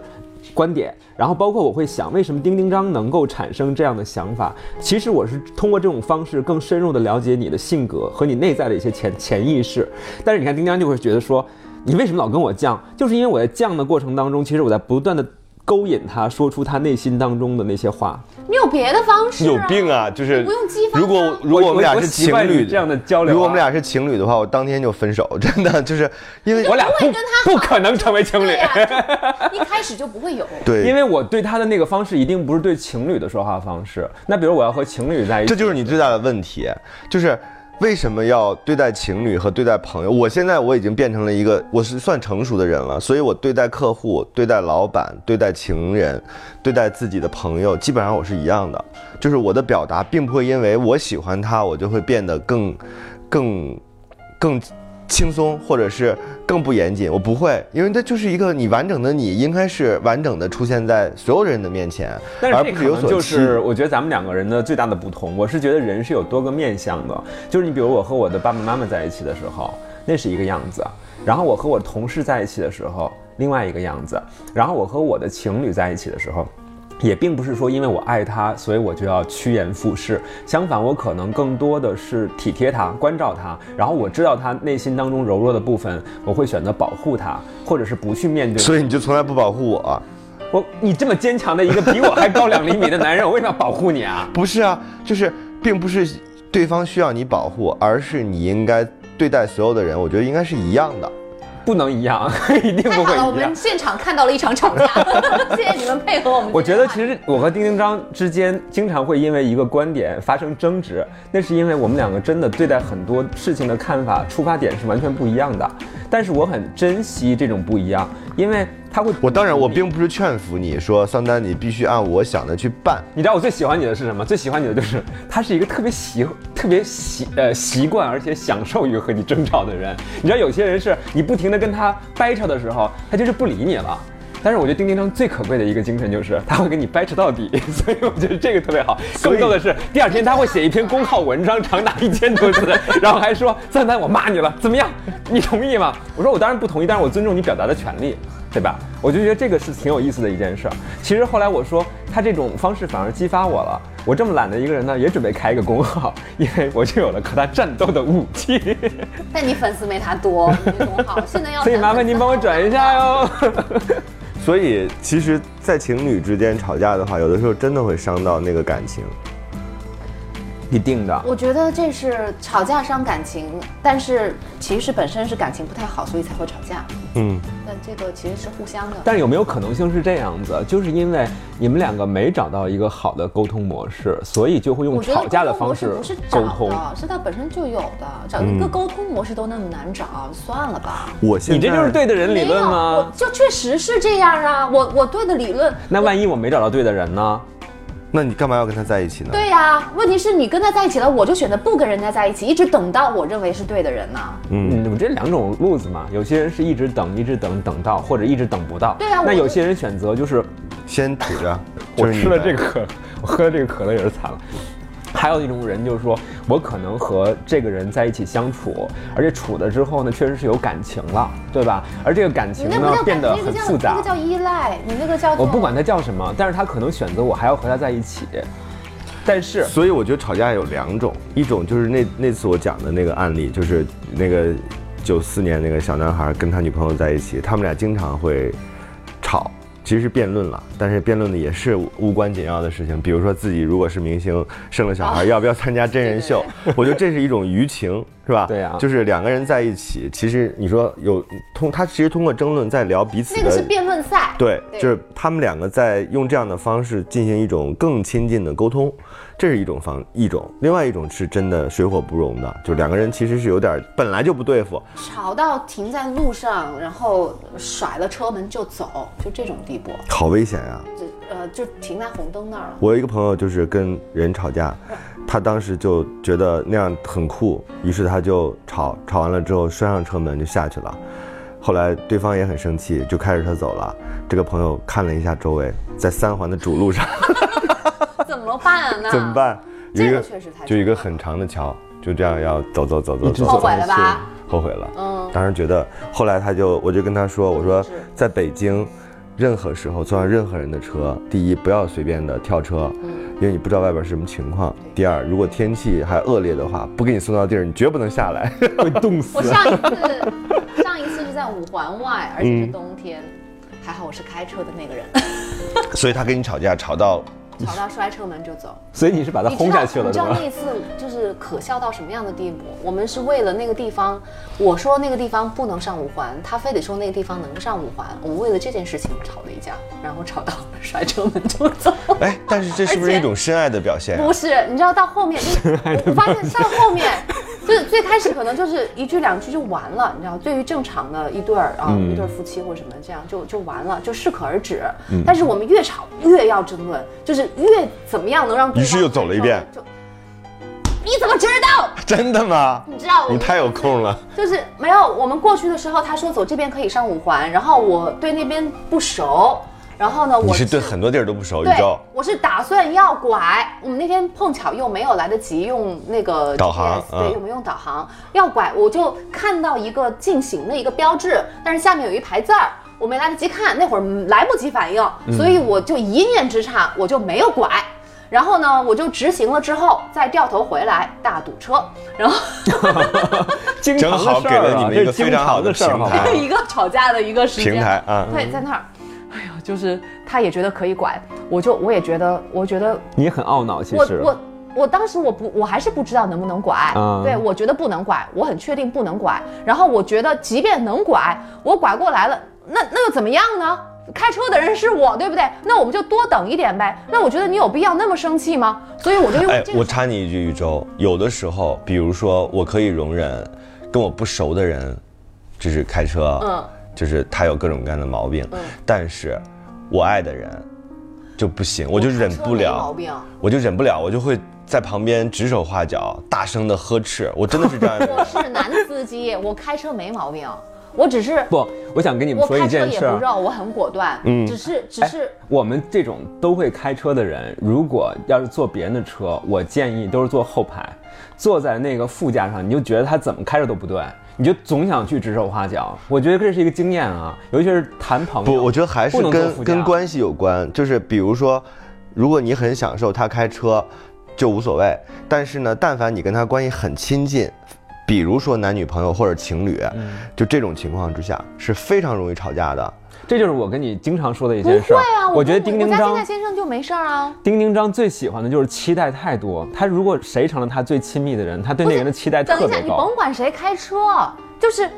Speaker 5: 观点，然后包括我会想，为什么丁丁张能够产生这样的想法？其实我是通过这种方式更深入的了解你的性格和你内在的一些潜潜意识。但是你看丁丁张就会觉得说，你为什么老跟我犟？就是因为我在犟的过程当中，其实我在不断的勾引他，说出他内心当中的那些话。
Speaker 4: 你有别的方式、啊？
Speaker 3: 有病！啊！就是
Speaker 4: 你不用激发
Speaker 3: 如果
Speaker 4: 他
Speaker 3: 如果
Speaker 5: 我
Speaker 3: 我们俩
Speaker 5: 我
Speaker 3: 是
Speaker 5: 习
Speaker 3: 情
Speaker 5: 惯
Speaker 3: 侣
Speaker 5: 你这样的交流啊
Speaker 3: 如果我们俩是情侣的话，我当天就分手，真的就是因为
Speaker 5: 我俩
Speaker 4: 不会跟他
Speaker 5: 不不可能成为情侣
Speaker 4: 对。呀、就一开始就不会有。
Speaker 3: 对，
Speaker 5: 因为我对他的那个方式，一定不是对情侣的说话方式。那比如我要和情侣在一起，
Speaker 3: 这就是你最大的问题，就是为什么要对待情侣和对待朋友？我现在我已经变成了一个我是算成熟的人了，所以我对待客户、对待老板、对待情人、对待自己的朋友，基本上我是一样的，就是我的表达并不会因为我喜欢他，我就会变得更、更、更。轻松，或者是更不严谨，我不会，因为这就是一个你完整的你，应该是完整的出现在所有人的面前，
Speaker 5: 但
Speaker 3: 而
Speaker 5: 是
Speaker 3: 不
Speaker 5: 这
Speaker 3: 是
Speaker 5: 可
Speaker 3: 有
Speaker 5: 能
Speaker 3: 所
Speaker 5: 就
Speaker 3: 期
Speaker 5: 是我觉得咱们两个人的最大的不同。我是觉得人是有多个面相的，就是你比如我和我的爸爸妈妈在一起的时候，那是一个样子；然后我和我的同事在一起的时候，另外一个样子；然后我和我的情侣在一起的时候。也并不是说因为我爱他，所以我就要趋炎附势。相反，我可能更多的是体贴他、关照他，然后我知道他内心当中柔弱的部分，我会选择保护他，或者是不去面对。
Speaker 3: 所以你就从来不保护我。
Speaker 5: 我你这么坚强的一个比我还高两厘米的男人，我为什么要保护你啊？ (laughs)
Speaker 3: 不是啊，就是并不是对方需要你保护，而是你应该对待所有的人，我觉得应该是一样的。
Speaker 5: 不能一样，一定
Speaker 4: 太
Speaker 5: (laughs)
Speaker 4: 好
Speaker 5: 不会
Speaker 4: 了，我
Speaker 5: 一样
Speaker 4: 们。现场看到了一场吵架， (laughs) 谢谢你们配合我们。
Speaker 5: 我觉得其实我和丁丁张之间经常会因为一个观点发生争执，那是因为我们两个真的对待很多事情的看法、出发点是完全不一样的。但是我很珍惜这种不一样，因为他会。
Speaker 3: 我当然我并不是劝服你说桑丹你必须按我想的去办，
Speaker 5: 你知道我最喜欢你的是什么？最喜欢你的就是他是一个特别习、特别习呃习惯，而且享受于和你争吵的人。你知道有些人是你不停的跟他掰扯的时候，他就是不理你了。但是我觉得丁丁张最可贵的一个精神就是他会跟你掰扯到底， (laughs) 所以我觉得这个特别好。更逗的是，第二天他会写一篇公号文章，长达一千多字，然后还说：“赞赞，我骂你了，怎么样？你同意吗？”我说：“我当然不同意，但是我尊重你表达的权利。”对吧？我就觉得这个是挺有意思的一件事儿。其实后来我说，他这种方式反而激发我了。我这么懒的一个人呢，也准备开一个工号，因为我就有了和他战斗的武器。
Speaker 4: 但你粉丝没他多，你多好，现在要
Speaker 5: 所以麻烦您帮我转一
Speaker 4: (laughs)
Speaker 5: 下哟。
Speaker 3: 所以其实，在情侣之间吵架的话，有的时候真的会伤到那个感情。
Speaker 5: 一定的，
Speaker 4: 我觉得这是吵架伤感情，但是其实本身是感情不太好，所以才会吵架。
Speaker 3: 嗯，
Speaker 4: 但这个其实是互相的。
Speaker 5: 但有没有可能性是这样子？就是因为你们两个没找到一个好的沟通模式，所以就会用
Speaker 4: 我觉得
Speaker 5: 吵架的
Speaker 4: 沟通
Speaker 5: 方
Speaker 4: 模式
Speaker 5: 式
Speaker 4: 不是
Speaker 5: 沟
Speaker 4: 找
Speaker 5: 通。嗯
Speaker 4: 的，是它本身就有的。找一个沟通模式都那么难找，算了吧。
Speaker 3: 我现在
Speaker 5: 你这就是对的人理论
Speaker 4: 没有我
Speaker 5: 吗？
Speaker 4: 就确实是这样啊。我我对的理论，
Speaker 5: 那万一我没找到对的人呢？
Speaker 3: 那你干嘛要跟他在一起呢？
Speaker 4: 对呀、问题是你跟他在一起了，我就选择不跟人家在一起，一直等到我认为是对的人呢、
Speaker 5: 嗯，我这两种路子嘛，有些人是一直等，一直等，等到或者一直等不到。
Speaker 4: 对啊我
Speaker 5: 那
Speaker 4: 就
Speaker 5: 有些人选择就是
Speaker 3: 先吐着。
Speaker 5: 我
Speaker 3: 就是你
Speaker 5: 吃了
Speaker 3: 呗
Speaker 5: 这个，可，我喝了这个可乐也是惨了。还有一种人就是说，我可能和这个人在一起相处，而且处了之后呢，确实是有感情了，对吧？而这个感
Speaker 4: 你
Speaker 5: 情
Speaker 4: 那
Speaker 5: 呢
Speaker 4: 不叫
Speaker 5: 变
Speaker 4: 感
Speaker 5: 得
Speaker 4: 情，那
Speaker 5: 很
Speaker 4: 个叫
Speaker 5: 复杂
Speaker 4: 那个。叫依赖，你那个叫做
Speaker 5: 我不管他叫什么，但是他可能选择我还要和他在一起。但是
Speaker 3: 所以我觉得吵架有两种，一种就是那那次我讲的那个案例，就是那个九四年那个小男孩跟他女朋友在一起，他们俩经常会吵，其实是辩论了，但是辩论的也是无关紧要的事情，比如说自己如果是明星生了小孩，要不要参加真人秀？我觉得这是一种舆情，是吧？
Speaker 5: 对啊
Speaker 3: 就是两个人在一起，其实你说有通，他其实通过争论在聊彼此的
Speaker 4: 那个是辩论赛，
Speaker 3: 对，
Speaker 4: 对
Speaker 3: 就是他们两个在用这样的方式进行一种更亲近的沟通，这是一种方一种，另外一种是真的水火不容的，就两个人其实是有点本来就不对付，
Speaker 4: 吵到停在路上，然后甩了车门就走，就这种地步，
Speaker 3: 好危险呀、
Speaker 4: 就呃就停在红灯那儿了。
Speaker 3: (laughs) 我有一个朋友就是跟人吵架，他当时就觉得那样很酷，于是他就吵，吵完了之后摔上车门就下去了。后来对方也很生气，就开着车走了。这个朋友看了一下周围，在三环的主路上 (laughs)
Speaker 4: 怎么办呢？
Speaker 3: 怎么？办？有
Speaker 4: 这
Speaker 3: 一
Speaker 4: 个
Speaker 3: 个
Speaker 4: 确实太
Speaker 3: 就一个
Speaker 4: 重要
Speaker 3: 很长的桥，就这样要走走走走
Speaker 5: 一直
Speaker 3: 走，
Speaker 5: 走
Speaker 4: 后悔了吧？
Speaker 3: 后悔了。
Speaker 4: 嗯，
Speaker 3: 当时觉得，后来他就我就跟他说，我说
Speaker 4: 是
Speaker 3: 在北京，任何时候坐上任何人的车，第一不要随便的跳车，
Speaker 4: 嗯
Speaker 3: 因为你不知道外边是什么情况；第二，如果天气还恶劣的话，不给你送到地儿，你绝不能下来。
Speaker 5: 会冻死
Speaker 3: (laughs)
Speaker 4: (laughs) 我。上一
Speaker 5: (laughs)
Speaker 4: 次上一次是在五环外，而且是冬天，还好我是开车的那个人，
Speaker 3: 所以他跟你吵架，吵到
Speaker 4: 吵到摔车门就走。
Speaker 5: 所以你是把他
Speaker 4: 你知
Speaker 5: 嗯轰
Speaker 4: 道
Speaker 5: 下去了，
Speaker 4: 你知
Speaker 5: 对
Speaker 4: 道
Speaker 5: 吧
Speaker 4: 那？一次就是可笑到什么样的地步？我们是为了那个地方，我说那个地方不能上五环，他非得说那个地方能上五环。我们为了这件事情吵了一架，然后吵到摔车门就走。
Speaker 3: 哎，但是这是不是一种深爱的表现啊、
Speaker 4: 不是，你知道到后面，
Speaker 3: (laughs)
Speaker 4: 就是我我发现到后面，就是最开始可能就是一句两句就完了，你知道，对于正常的一对儿啊、
Speaker 3: 嗯
Speaker 4: 一对儿夫妻或者什么这样就就完了，就适可而止。
Speaker 3: 嗯
Speaker 4: 但是我们越吵越要争论，就是越怎么样能让对
Speaker 3: 于是
Speaker 4: 方
Speaker 3: 又走了一遍
Speaker 4: 就。你怎么知道？
Speaker 3: 真的吗？
Speaker 4: 你知道我
Speaker 3: 你太有空了。
Speaker 4: 就是没有，我们过去的时候，他说走这边可以上五环，然后我对那边不熟，然后呢，
Speaker 3: 你
Speaker 4: 我
Speaker 3: 是对很多地儿都不哦熟，宇
Speaker 4: 对
Speaker 3: 宙。
Speaker 4: 我是打算要拐，我们那天碰巧又没有来得及用那个
Speaker 3: 导航
Speaker 4: GPS 对，
Speaker 3: 嗯
Speaker 4: 又没用导航，要拐我就看到一个进行的一个标志，但是下面有一排字儿，我没来得及看，那会儿嗯来不及反应，
Speaker 3: 嗯
Speaker 4: 所以我就一念之差，我就没有拐。然后呢，我就执行了之后，再掉头回来，大堵车， (laughs) 然
Speaker 3: (laughs)
Speaker 4: 后
Speaker 5: 经
Speaker 3: 正
Speaker 5: 常的
Speaker 3: 好
Speaker 5: 事
Speaker 3: 给
Speaker 5: 儿
Speaker 3: 了
Speaker 5: 啊
Speaker 3: 你们
Speaker 5: 这
Speaker 3: 一个
Speaker 5: 经
Speaker 3: 非常
Speaker 5: 常
Speaker 3: 好的
Speaker 5: 事儿
Speaker 3: 平
Speaker 5: 好
Speaker 3: 台
Speaker 5: 吧
Speaker 4: 这一个吵架的一个时
Speaker 3: 哎
Speaker 4: 间
Speaker 3: 平台啊
Speaker 4: 对，在那儿，哎呦，就是他也觉得可以拐，我就我也觉得，我觉得
Speaker 5: 你也很懊恼，其
Speaker 4: 我
Speaker 5: 实
Speaker 4: 我我当时我不我还是不知道能不能拐，
Speaker 5: 啊
Speaker 4: 对我觉得不能拐，我很确定不能拐。然后我觉得即便能拐，我拐过来了，那那又怎么样呢？开车的人是我，对不对？那我们就多等一点呗。那我觉得你有必要那么生气吗？所以我就用
Speaker 3: 哎
Speaker 4: 这，
Speaker 3: 我
Speaker 4: 个
Speaker 3: 插你一句，宇宙，有的时候，比如说，我可以容忍跟我不熟的人，就是开车，啊
Speaker 4: 嗯，
Speaker 3: 就是他有各种各样的毛病，
Speaker 4: 嗯
Speaker 3: 但是我爱的人就不行，我就忍不
Speaker 4: 开车没毛
Speaker 3: 了，
Speaker 4: 病。
Speaker 3: 我就忍不了，我就会在旁边指手画脚，大声的呵斥，我真的是这样的人。
Speaker 4: 我是男司机，我开车没毛病，我只是
Speaker 5: 不，我想跟你们
Speaker 4: 我
Speaker 5: 说一
Speaker 4: 开车
Speaker 5: 件
Speaker 4: 也
Speaker 5: 事
Speaker 4: 不
Speaker 5: 儿。哎
Speaker 4: 绕，我很果断，嗯，只是只是。
Speaker 5: 我们这种都会开车的人，如果要是坐别人的车，我建议都是坐后排，坐在那个副驾上，你就觉得他怎么开着都不对，你就总想去指手画脚。我觉得这是一个经验啊，尤其是谈朋友。
Speaker 3: 不，我觉得还是
Speaker 5: 不能坐
Speaker 3: 跟
Speaker 5: 副驾
Speaker 3: 跟关系有关，就是比如说，如果你很享受他开车，就无所谓。但是呢，但凡你跟他关系很亲近，比如说男女朋友或者情侣，就这种情况之下是非常容易吵架的。
Speaker 5: 这就是我跟你经常说的一
Speaker 4: 不
Speaker 5: 件事儿。
Speaker 4: 会啊，
Speaker 5: 我觉得丁丁
Speaker 4: 我家现
Speaker 5: 张
Speaker 4: 在先生就没事儿啊。
Speaker 5: 丁丁张最喜欢的就是期待太多。他如果谁成了他最亲密的人，他对那个人的期待
Speaker 4: 等
Speaker 5: 特
Speaker 4: 一下，
Speaker 5: 别
Speaker 4: 你
Speaker 5: 高
Speaker 4: 甭。管谁开车，就是，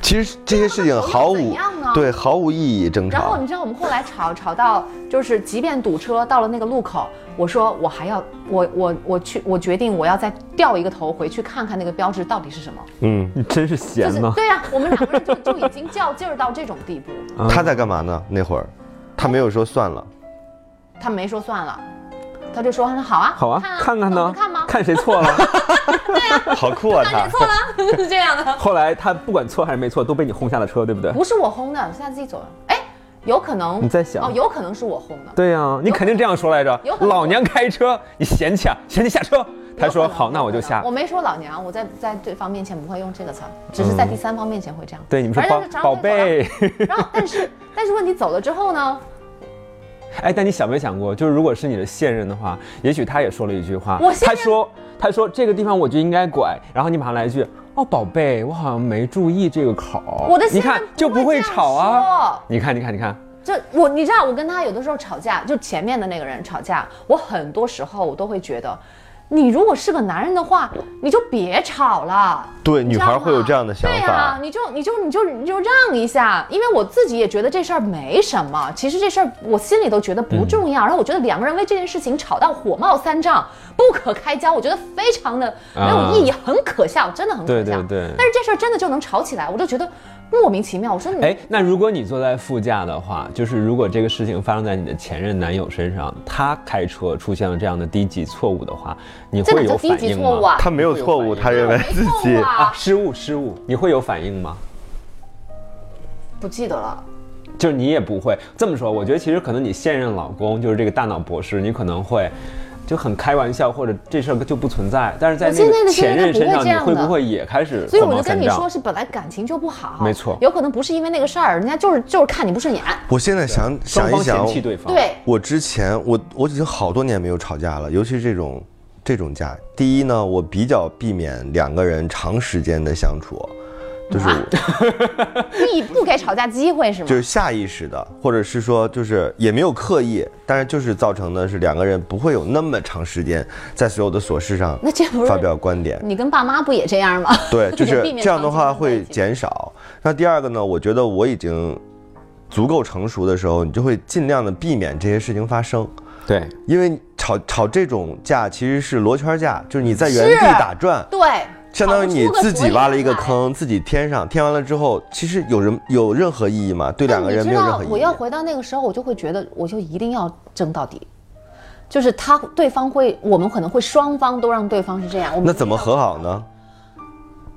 Speaker 3: 其实这些事情毫
Speaker 4: 怎
Speaker 3: 无
Speaker 4: 样呢
Speaker 3: 对毫无意义争
Speaker 4: 然后
Speaker 3: 吵
Speaker 4: 你。知道我们后来吵吵到，就是即便堵车到了那个路口，我说我还要，我我我去，我决定我要再掉一个头回去看看那个标志到底是什
Speaker 5: (laughs)
Speaker 4: 么。
Speaker 3: 嗯，
Speaker 5: 你真是
Speaker 4: 就
Speaker 5: 闲
Speaker 4: 是
Speaker 5: 呢。
Speaker 4: 对呀、我们两个人就就已经较劲儿到这种地步，
Speaker 5: 嗯
Speaker 3: 他在干嘛呢？那会儿他没有说算了，
Speaker 4: 他没说算了，他就说好啊，
Speaker 5: 好啊，看
Speaker 4: 看
Speaker 5: 看
Speaker 4: 等
Speaker 5: 呢
Speaker 4: 着，看吗？
Speaker 5: 看谁
Speaker 4: (laughs)
Speaker 5: 错了。
Speaker 3: 好酷啊他！
Speaker 4: 错了， (laughs) 是这样
Speaker 5: (laughs)
Speaker 4: 的。
Speaker 5: 后来他不管错还是没错，都被你轰下了车，对不对？
Speaker 4: 不是我轰的，是他自己走的。哎，有可能
Speaker 5: 你在想
Speaker 4: 哦，有可能是我轰的。
Speaker 5: 对呀、你肯定这样说来着
Speaker 4: 有可。能
Speaker 5: 老娘开车，你嫌弃啊，嫌弃下车。他
Speaker 4: 有
Speaker 5: 说
Speaker 4: 可能
Speaker 5: 好，那我就
Speaker 4: 有可
Speaker 5: 下
Speaker 4: 能我。没说老娘，我在在对方面前不会用这个词儿，只是在第三方面前会这样。
Speaker 5: 嗯对，你们
Speaker 4: 反
Speaker 5: 说
Speaker 4: 正就是常
Speaker 5: 宝宝
Speaker 4: 常会走了。
Speaker 5: 贝，
Speaker 4: (laughs)
Speaker 5: (laughs)
Speaker 4: 然后，但是但是问题走了之后呢，
Speaker 5: 哎，但你想没想过，就是如果是你的现任的话，也许他也说了一句话
Speaker 4: 我，现
Speaker 5: 他
Speaker 4: 任
Speaker 5: 说他说这个地方我就应该拐，然后你马上来一句，哦，宝贝，我好像没注意这个口
Speaker 3: 哦
Speaker 5: 儿。
Speaker 4: 我的
Speaker 5: 你
Speaker 4: 现
Speaker 5: 看
Speaker 4: 任
Speaker 5: 就不会吵
Speaker 4: 这
Speaker 5: 啊。
Speaker 4: 样说。
Speaker 5: 你看，你看，你看，
Speaker 4: 就我，你知道，我跟他有的时候吵架，就前面的那个人吵架，我很多时候我都会觉得，你如果是个男人的话，你就别吵了。
Speaker 3: 对，
Speaker 4: 你
Speaker 3: 女
Speaker 4: 知道
Speaker 3: 孩会有
Speaker 4: 吗
Speaker 3: 这样的想
Speaker 4: 对啊
Speaker 3: 法，。
Speaker 4: 你就你就你就你就让一下，因为我自己也觉得这事儿没什么。其实这事儿我心里都觉得不重要，然
Speaker 3: 嗯
Speaker 4: 后我觉得两个人为这件事情吵到火冒三丈、不可开交，我觉得非常的没有意义，很可笑，真的很可
Speaker 5: 对
Speaker 4: 笑。
Speaker 5: 对对。
Speaker 4: 但是这事儿真的就能吵起来，我就觉得莫名其妙。我说 (laughs) 你，
Speaker 5: 哎，那如果你坐在副驾的话，就是如果这个事情发生在你的前任男友身上，他开车出现了这样的低级错误的话，你
Speaker 4: 这哪
Speaker 5: 会
Speaker 4: 叫
Speaker 5: 有
Speaker 4: 低
Speaker 5: 反
Speaker 4: 级
Speaker 5: 应
Speaker 4: 错误
Speaker 5: 吗？
Speaker 4: 啊？
Speaker 3: 他没有错误，
Speaker 5: 会有反应
Speaker 3: 他认为自己
Speaker 4: 没错啊
Speaker 5: 啊，失误失误，你会有反应吗？
Speaker 4: 不记得了。
Speaker 5: 就是你也不会这么说。我觉得其实可能你现任老公就是这个大脑博士，你可能会就很开玩笑，或者这事儿就不存在。但是在
Speaker 4: 我现
Speaker 5: 那
Speaker 4: 在
Speaker 5: 个
Speaker 4: 的
Speaker 5: 前
Speaker 4: 现
Speaker 5: 任
Speaker 4: 任
Speaker 5: 身
Speaker 4: 他不会
Speaker 5: 上，你
Speaker 4: 这样
Speaker 5: 会不
Speaker 4: 的
Speaker 5: 会也开始
Speaker 4: 所以
Speaker 5: 火
Speaker 4: 我
Speaker 5: 冒
Speaker 4: 就跟
Speaker 5: 三
Speaker 4: 你说，
Speaker 5: 丈？
Speaker 4: 是本来感情就不好，
Speaker 5: 没错
Speaker 4: 有可能不是因为那个事儿，人家就是就是看你不顺眼，
Speaker 3: 我现在想
Speaker 5: 双
Speaker 3: 想一
Speaker 5: 方
Speaker 3: 想
Speaker 5: 嫌，弃对方。
Speaker 4: 对，
Speaker 3: 我之前我我已经好多年没有吵架了，尤其是这种这种架。第一呢，我比较避免两个人长时间的相处，就是我
Speaker 4: 你不给吵架机会是吗
Speaker 3: (laughs) 就？是下意识的，或者是说就是也没有刻意，但是就是造成的是两个人不会有那么长时间在所有的琐事上
Speaker 4: 那这不是
Speaker 3: 发表观
Speaker 4: (laughs)
Speaker 3: 点。
Speaker 4: 你跟爸妈不也这样吗？
Speaker 3: 对，就是
Speaker 4: 避免
Speaker 3: 这样的
Speaker 4: 长期
Speaker 3: 话
Speaker 4: 跟在一
Speaker 3: 会
Speaker 4: 起
Speaker 3: 减少。那第二个呢，我觉得我已经足够成熟的时候，你就会尽量的避免这些事情发生。
Speaker 5: 对，
Speaker 3: 因为吵吵这种架其实是罗圈架，就是你在原地打转，
Speaker 4: 对，
Speaker 3: 相当于你
Speaker 4: 吵不出
Speaker 3: 自己挖了一个
Speaker 4: 所以然来。
Speaker 3: 坑，自己填上，填完了之后，其实有人有任何意义吗？对两个人没有任
Speaker 4: 但
Speaker 3: 何
Speaker 4: 你
Speaker 3: 意
Speaker 4: 知道，我要
Speaker 3: 义。
Speaker 4: 回到那个时候，我就会觉得，我就一定要争到底。就是他对方会，我们可能会双方都让对方是这样。我们
Speaker 3: 那怎么和好呢？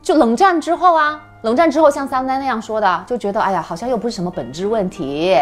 Speaker 4: 就冷战之后啊，冷战之后像三三那样说的，就觉得哎呀，好像又不是什么本质问题，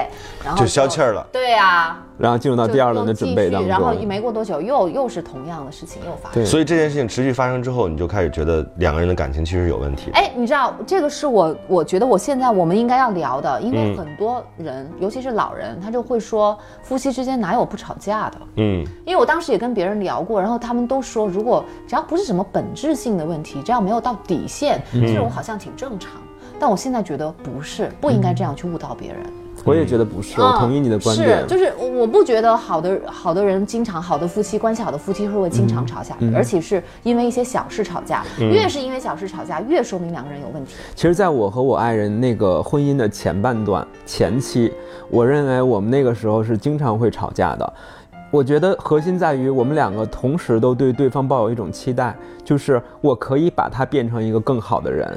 Speaker 4: 然后
Speaker 3: 就消气儿了。
Speaker 4: 对啊，
Speaker 5: 然后进入到
Speaker 4: 就
Speaker 5: 第二轮的
Speaker 4: 又继
Speaker 5: 准备
Speaker 4: 续
Speaker 5: 当
Speaker 4: 然后
Speaker 5: 中。
Speaker 4: 没过多久又又是同样的事情又发生
Speaker 5: 对。
Speaker 3: 所以这件事情持续发生之后，你就开始觉得两个人的感情其实有问题。
Speaker 4: 哎，你知道这个是我，我觉得我现在我们应该要聊的，因
Speaker 5: 嗯
Speaker 4: 为很多人，尤其是老人，他就会说夫妻之间哪有不吵架的？
Speaker 3: 嗯，
Speaker 4: 因为我当时也跟别人聊过，然后他们都说，如果只要不是什么本质性的问题，只要没有到底
Speaker 5: 嗯
Speaker 4: 线，这种好像挺正常。但我现在觉得不是，不应该这样去误导别人。
Speaker 5: 我也觉得不是，我同意你嗯的观
Speaker 4: 嗯是
Speaker 5: 点，。
Speaker 4: 就是我不觉得好的好的人经常好的夫妻关系好的夫妻是会经常吵架
Speaker 5: 嗯
Speaker 4: 的，而且是因为一些小事吵架，越是因为小事吵架，越说明两个人有问题。
Speaker 5: 其实，在我和我爱人那个婚姻的前半段前期，我认为我们那个时候是经常会吵架的。我觉得核心在于我们两个同时都对对方抱有一种期待，就是我可以把他变成一个更好的人，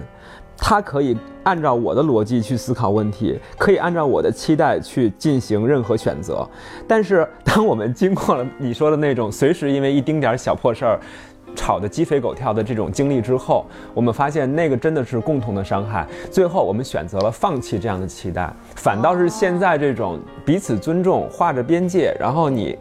Speaker 5: 他可以按照我的逻辑去思考问题，可以按照我的期待去进行任何选择。但是，当我们经过了你说的那种随时因为一丁点儿小破事儿吵得鸡飞狗跳的这种经历之后，我们发现那个真的是共同的伤害。最后，我们选择了放弃这样的期待，反倒是现在这种彼此尊重、划着边界，然后你。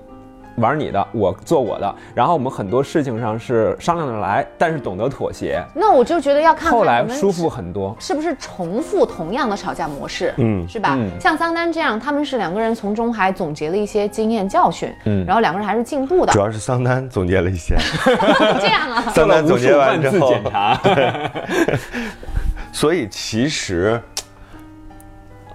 Speaker 5: 玩你的，我做我的，然后我们很多事情上是商量着来，但是懂得妥协，
Speaker 4: 那我就觉得要看
Speaker 5: 后
Speaker 4: 看
Speaker 5: 来
Speaker 4: 你们
Speaker 5: 舒服
Speaker 3: (laughs)
Speaker 5: 很多。
Speaker 4: 是不是重复同样的吵架模式，
Speaker 3: 嗯
Speaker 4: 嗯，是吧？
Speaker 5: 嗯
Speaker 4: 像桑丹这样，他们是两个人从中还总结了一些经验教训，
Speaker 5: 嗯
Speaker 4: 嗯，然后两个人还是进步的
Speaker 3: 主，要是桑丹总结了一些，
Speaker 4: 这样啊。
Speaker 3: 桑丹
Speaker 5: 做
Speaker 3: 总
Speaker 5: 了无
Speaker 3: 结
Speaker 5: 数
Speaker 3: 完
Speaker 5: 万
Speaker 3: 之
Speaker 5: 次
Speaker 3: 后
Speaker 5: 检，查， (laughs)
Speaker 3: 所以其实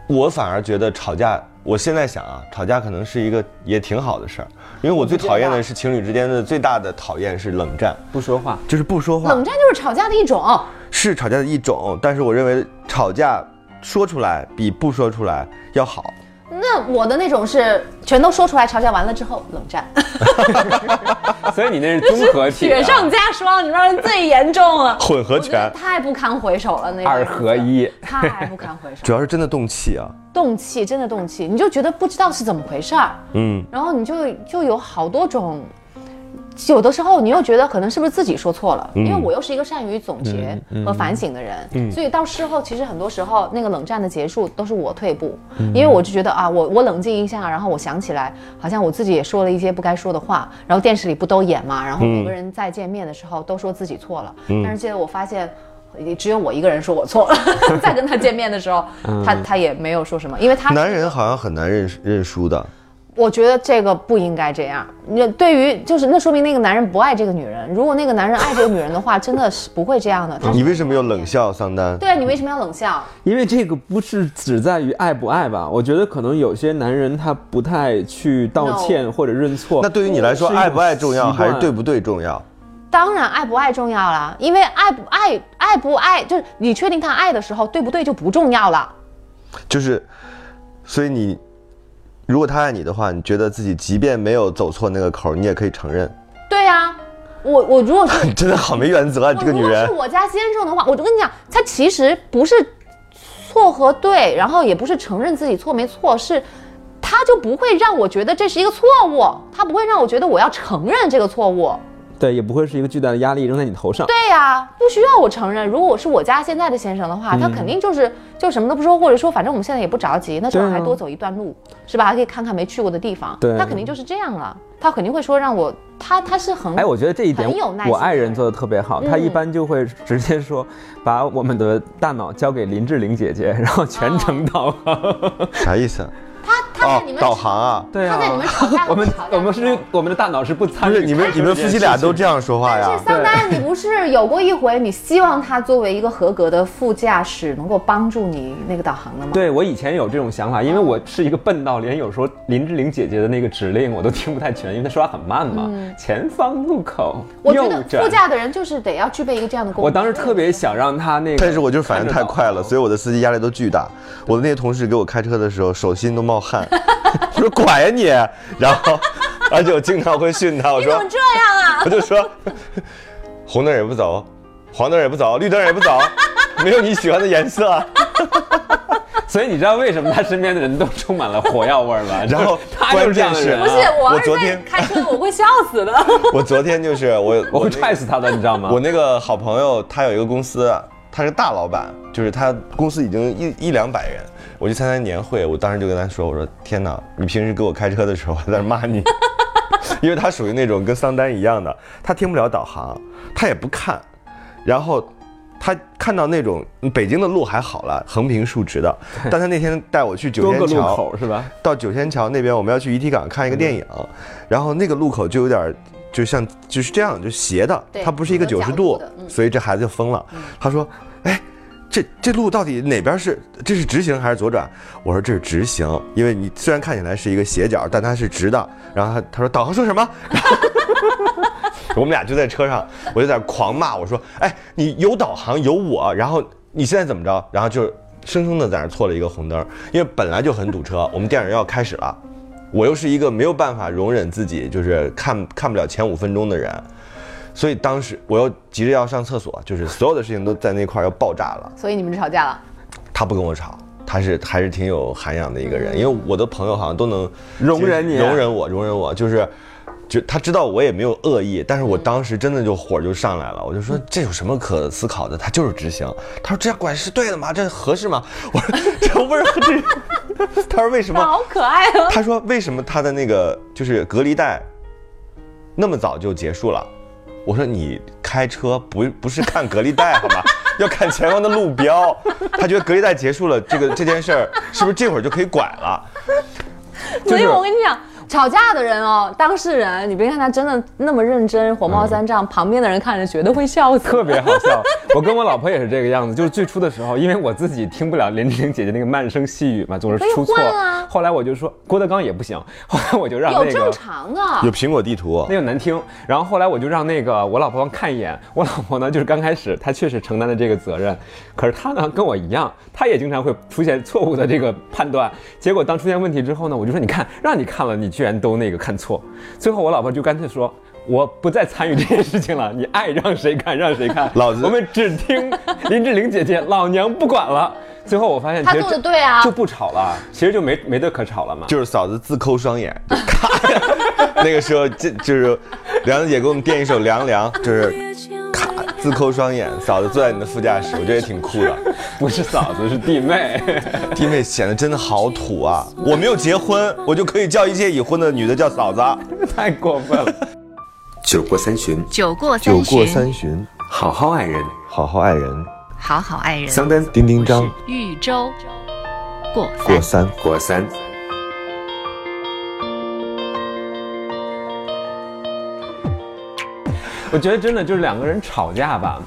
Speaker 3: 我反而觉得吵架，我现在想啊，吵架可能是一个也挺好的事儿，因为我最讨厌的是情侣之间的最大的讨厌是冷战，
Speaker 5: 不说话。
Speaker 3: 就是不说话
Speaker 4: 冷，战就是吵架的一种，
Speaker 3: 是吵架的一种，但是我认为吵架说出来比不说出来要好。
Speaker 4: 那我的那种是全都说出来，吵架完了之后冷战，
Speaker 5: 所以你那是综合体、啊，
Speaker 4: 雪上加霜，你们最严重
Speaker 5: (laughs)
Speaker 4: 了，
Speaker 3: 混合拳
Speaker 4: 我觉得太不堪回首了，那个
Speaker 5: 二合一。
Speaker 4: 太不堪回首
Speaker 3: 主，要是真的动气啊，
Speaker 4: 动气真的动气，你就觉得不知道是怎么回事儿，
Speaker 3: 嗯，
Speaker 4: 然后你就就有好多种，有的时候你又觉得可能是不是自己说错了，因为我又是一个善于总结和反省的人，所以到事后其实很多时候那个冷战的结束都是我退步，因为我就觉得啊，我我冷静一下，然后我想起来，好像我自己也说了一些不该说的话，然后电视里不都演嘛，然后每个人再见面的时候都说自己错了，但是结果我发现。只有我一个人说我错了， (laughs) 再跟他见面的时候，他他也没有说什么，因为他
Speaker 3: 男人好像很难认认输的，
Speaker 4: 我觉得这个不应该这样。那对于就是那说明那个男人不爱这个女人。如果那个男人爱这个女人的话，真的是不会这样的。他
Speaker 3: 嗯你为什么要冷笑桑丹？
Speaker 4: 对啊，你为什么要冷笑？
Speaker 5: 因为这个不是只在于爱不爱吧，我觉得可能有些男人他不太去道歉或者认错。
Speaker 3: 那对于你来说，
Speaker 5: 是一种
Speaker 3: 爱不爱重要
Speaker 5: 习惯
Speaker 3: 还是对不对重要？
Speaker 4: 当然爱不爱重要啦，因为爱不爱爱不爱，就是你确定他爱的时候，对不对就不重要了。
Speaker 3: 就是，所以你如果他爱你的话，你觉得自己即便没有走错那个口儿，你也可以承认。 (laughs)
Speaker 4: 对呀、我我如果是
Speaker 3: 你真的好没原则啊！你这个
Speaker 4: 我
Speaker 3: 女
Speaker 4: 如果
Speaker 3: 人
Speaker 4: 是，我家先生的话，我就跟你讲，他其实不是错和对，然后也不是承认自己错没错，是他就不会让我觉得这是一个错误，他不会让我觉得我要承认这个错误。
Speaker 5: 对，也不会是一个巨大的压力扔在你头
Speaker 3: 嗯
Speaker 5: 上。
Speaker 4: 对呀、不需要我承认。如果我是我家现在的先生的
Speaker 5: 嗯
Speaker 4: 话，他肯定就是就什么都不说，或者说反正我们现在也不着急，那至少
Speaker 5: 对啊
Speaker 4: 还多走一段路，是吧？还可以看看没去过的地方。
Speaker 5: 对
Speaker 4: 他肯定就是这样了，他肯定会说让我他他是很
Speaker 5: 哎，我觉得这一点
Speaker 4: 很有耐，心嗯
Speaker 5: 我爱人做的特别好。他一般就会直接说，把我们的大脑交给林志玲姐
Speaker 4: (laughs)
Speaker 5: 姐，然后全程导航。
Speaker 3: 啥意思啊？
Speaker 4: 他他在你们、
Speaker 3: 导航啊？
Speaker 5: (laughs) 哦对啊，
Speaker 4: 哦他在你们吵架
Speaker 5: (laughs) 我们
Speaker 4: 吵架
Speaker 5: 我们是我们的大脑是不参
Speaker 3: 不
Speaker 5: 与。
Speaker 3: 是你们你们夫妻俩都这样说话呀
Speaker 4: 但是？桑丹，你不是有过一回，你希望他作为一个合格的副驾驶，能够帮助你那个导航的吗？
Speaker 5: 对我以前有这种想法，因为我是一个笨到连有时候林志玲姐姐的那个指令我都听不太全，因为她说话很慢嘛。前方路口，
Speaker 4: 嗯我觉
Speaker 5: 右
Speaker 4: 得
Speaker 5: 转
Speaker 4: 副。驾的人就是得要具备一个这样的功能。
Speaker 5: 我当时特别想让她那个，
Speaker 3: 但是我就是反应太快了，所
Speaker 5: 以
Speaker 3: 以我的司机压力都巨大。我的那些同事给我开车的时候，手心都冒汗。 (laughs) 我说拐呀你，啊然后， (laughs) 而且我经常会训他，我
Speaker 4: 你怎
Speaker 3: 说
Speaker 4: 么这样啊？
Speaker 3: 我就说， (laughs) 红灯也不走，黄灯也不走，绿灯也不走，没有你喜欢的颜色啊。
Speaker 5: 所以你知道为什么她身边的人都充满了火药味儿吗？
Speaker 3: (laughs) 然后
Speaker 5: (laughs) 她就是这样的人啊，
Speaker 3: 关
Speaker 4: 不是，我
Speaker 3: 我
Speaker 4: 要
Speaker 3: 昨
Speaker 4: 是在
Speaker 3: 天
Speaker 4: 开车，我会笑死的。
Speaker 3: (laughs) 我昨天就是我
Speaker 5: (laughs) 我会
Speaker 3: 那个
Speaker 5: 踹死她的，你知道吗？
Speaker 3: 我那个好朋友，他有一个公司，他是大老板，就是他公司已经一一两百人。我去参加年会，我当时就跟他说：“我说天哪，你平时给我开车的时候还在那骂你， (laughs) 因为他属于那种跟桑丹一样的，他听不了导航，他也不看，然后。”他看到那种嗯北京的路还好了，横平竖直的，但他那天带我去九
Speaker 5: 多个
Speaker 3: 仙
Speaker 5: 路
Speaker 3: 桥，
Speaker 5: 口是吧？
Speaker 3: 到九仙桥那边，我们要去遗体港看一个电影，
Speaker 4: 嗯
Speaker 3: 然后那个路口就有点儿，就像就是这样，就斜的，
Speaker 4: 对
Speaker 3: 它不是一个
Speaker 4: 有
Speaker 3: 九
Speaker 4: 角
Speaker 3: 十
Speaker 4: 度
Speaker 3: 度
Speaker 4: 的，嗯
Speaker 3: 所以这孩子就疯了。他说：“哎，这这路到底哪边是这是直行还是左转？我说这是直行，因为你虽然看起来是一个斜角，但它是直的。然后他他说导航说什么？然后 (laughs) 我们俩就在车上，我就在那儿狂骂，我说哎，你有导航有我，然后你现在怎么着？然后就生生的在那儿错了一个红灯，因为本来就很堵车，我们电影要开始了，我又是一个没有办法容忍自己就是看看不了前五分钟的人。所以当时我又急着要上厕所，就是所有的事情都在那块儿要爆炸了。
Speaker 4: (laughs) 所以你们就吵架了。
Speaker 3: 他不跟我吵，他是还是挺有涵养的一个人，因为我的朋友好像都能
Speaker 5: 嗯容忍你啊
Speaker 3: 容忍我，容忍我，就是就他知道我也没有恶意，但是我当时真的就火就上来了，我就
Speaker 5: 嗯
Speaker 3: 说这有什么可思考的？他就是直行。他说这样拐是对的吗？这合适吗？我说 (laughs) 这不是这， (laughs) 他说为什
Speaker 4: 哇
Speaker 3: 么？
Speaker 4: 好可爱哦！
Speaker 3: 他说为什么他的那个就是隔离带那么早就结束了？我说你开车不不是看隔离带好吗？ (laughs) 要看前方的路标。他觉得隔离带结束了，这个这件事儿是不是这会儿就可以拐了？
Speaker 5: 就
Speaker 4: 所以
Speaker 5: 是
Speaker 4: 我跟你讲，吵架的人哦，当事人，你别看他真的那么认真，火冒三丈，旁边的人看着绝对会笑死。
Speaker 5: 特别好笑。我跟我老婆也是这个样子，就是最初的时候，因为我自己听不了林志玲姐姐那个慢声细语嘛，总是出错
Speaker 4: 可以换啊。
Speaker 5: 后来我就说郭德纲也不行，后来我就让
Speaker 4: 有
Speaker 5: 那
Speaker 4: 正
Speaker 5: 个。
Speaker 4: 常啊，
Speaker 3: 有苹果地图
Speaker 5: 那，个难听，然后后来我就让那个我老婆看一眼，我老婆呢就是刚开始她确实承担了这个责任，可是她呢跟我一样，她也经常会出现错误的这个判断，结果当出现问题之后呢，我就说你看让你看了，你居然都那个看错，最后我老婆就干脆说。我不再参与这件事情了，你爱让谁看让谁看，
Speaker 3: (laughs) 老子
Speaker 5: 我们只
Speaker 3: (laughs)
Speaker 5: 听林志玲姐姐，老娘不管了。最后我发现其
Speaker 4: 他
Speaker 5: 实
Speaker 4: 做
Speaker 5: 这
Speaker 4: 的对啊
Speaker 5: 就。不吵了，其实就没没得可吵了嘛。
Speaker 3: 就是嫂子自抠双眼，就咔。 (laughs) 那个时候这就是梁子姐给我们垫一首《凉凉》，就是咔自抠双眼，嫂子坐在你的副驾驶，我觉得也挺酷的。
Speaker 5: 不是嫂子是
Speaker 3: (laughs)
Speaker 5: 弟妹，
Speaker 3: 弟妹显得真的好土啊！我没有结婚，我就可以叫一些已婚的女的叫嫂子。啊 (laughs)
Speaker 5: 太过分了。
Speaker 1: 酒过三巡，
Speaker 2: 酒过三巡，
Speaker 3: 巡，
Speaker 1: 好好爱人。
Speaker 3: 好好爱人。
Speaker 2: 好好爱人。
Speaker 1: 桑丹
Speaker 3: 丁丁张
Speaker 2: 豫州过
Speaker 3: 过
Speaker 2: 三，
Speaker 3: 三，
Speaker 1: 果三，
Speaker 5: 我觉得真的就是两个人吵架吧，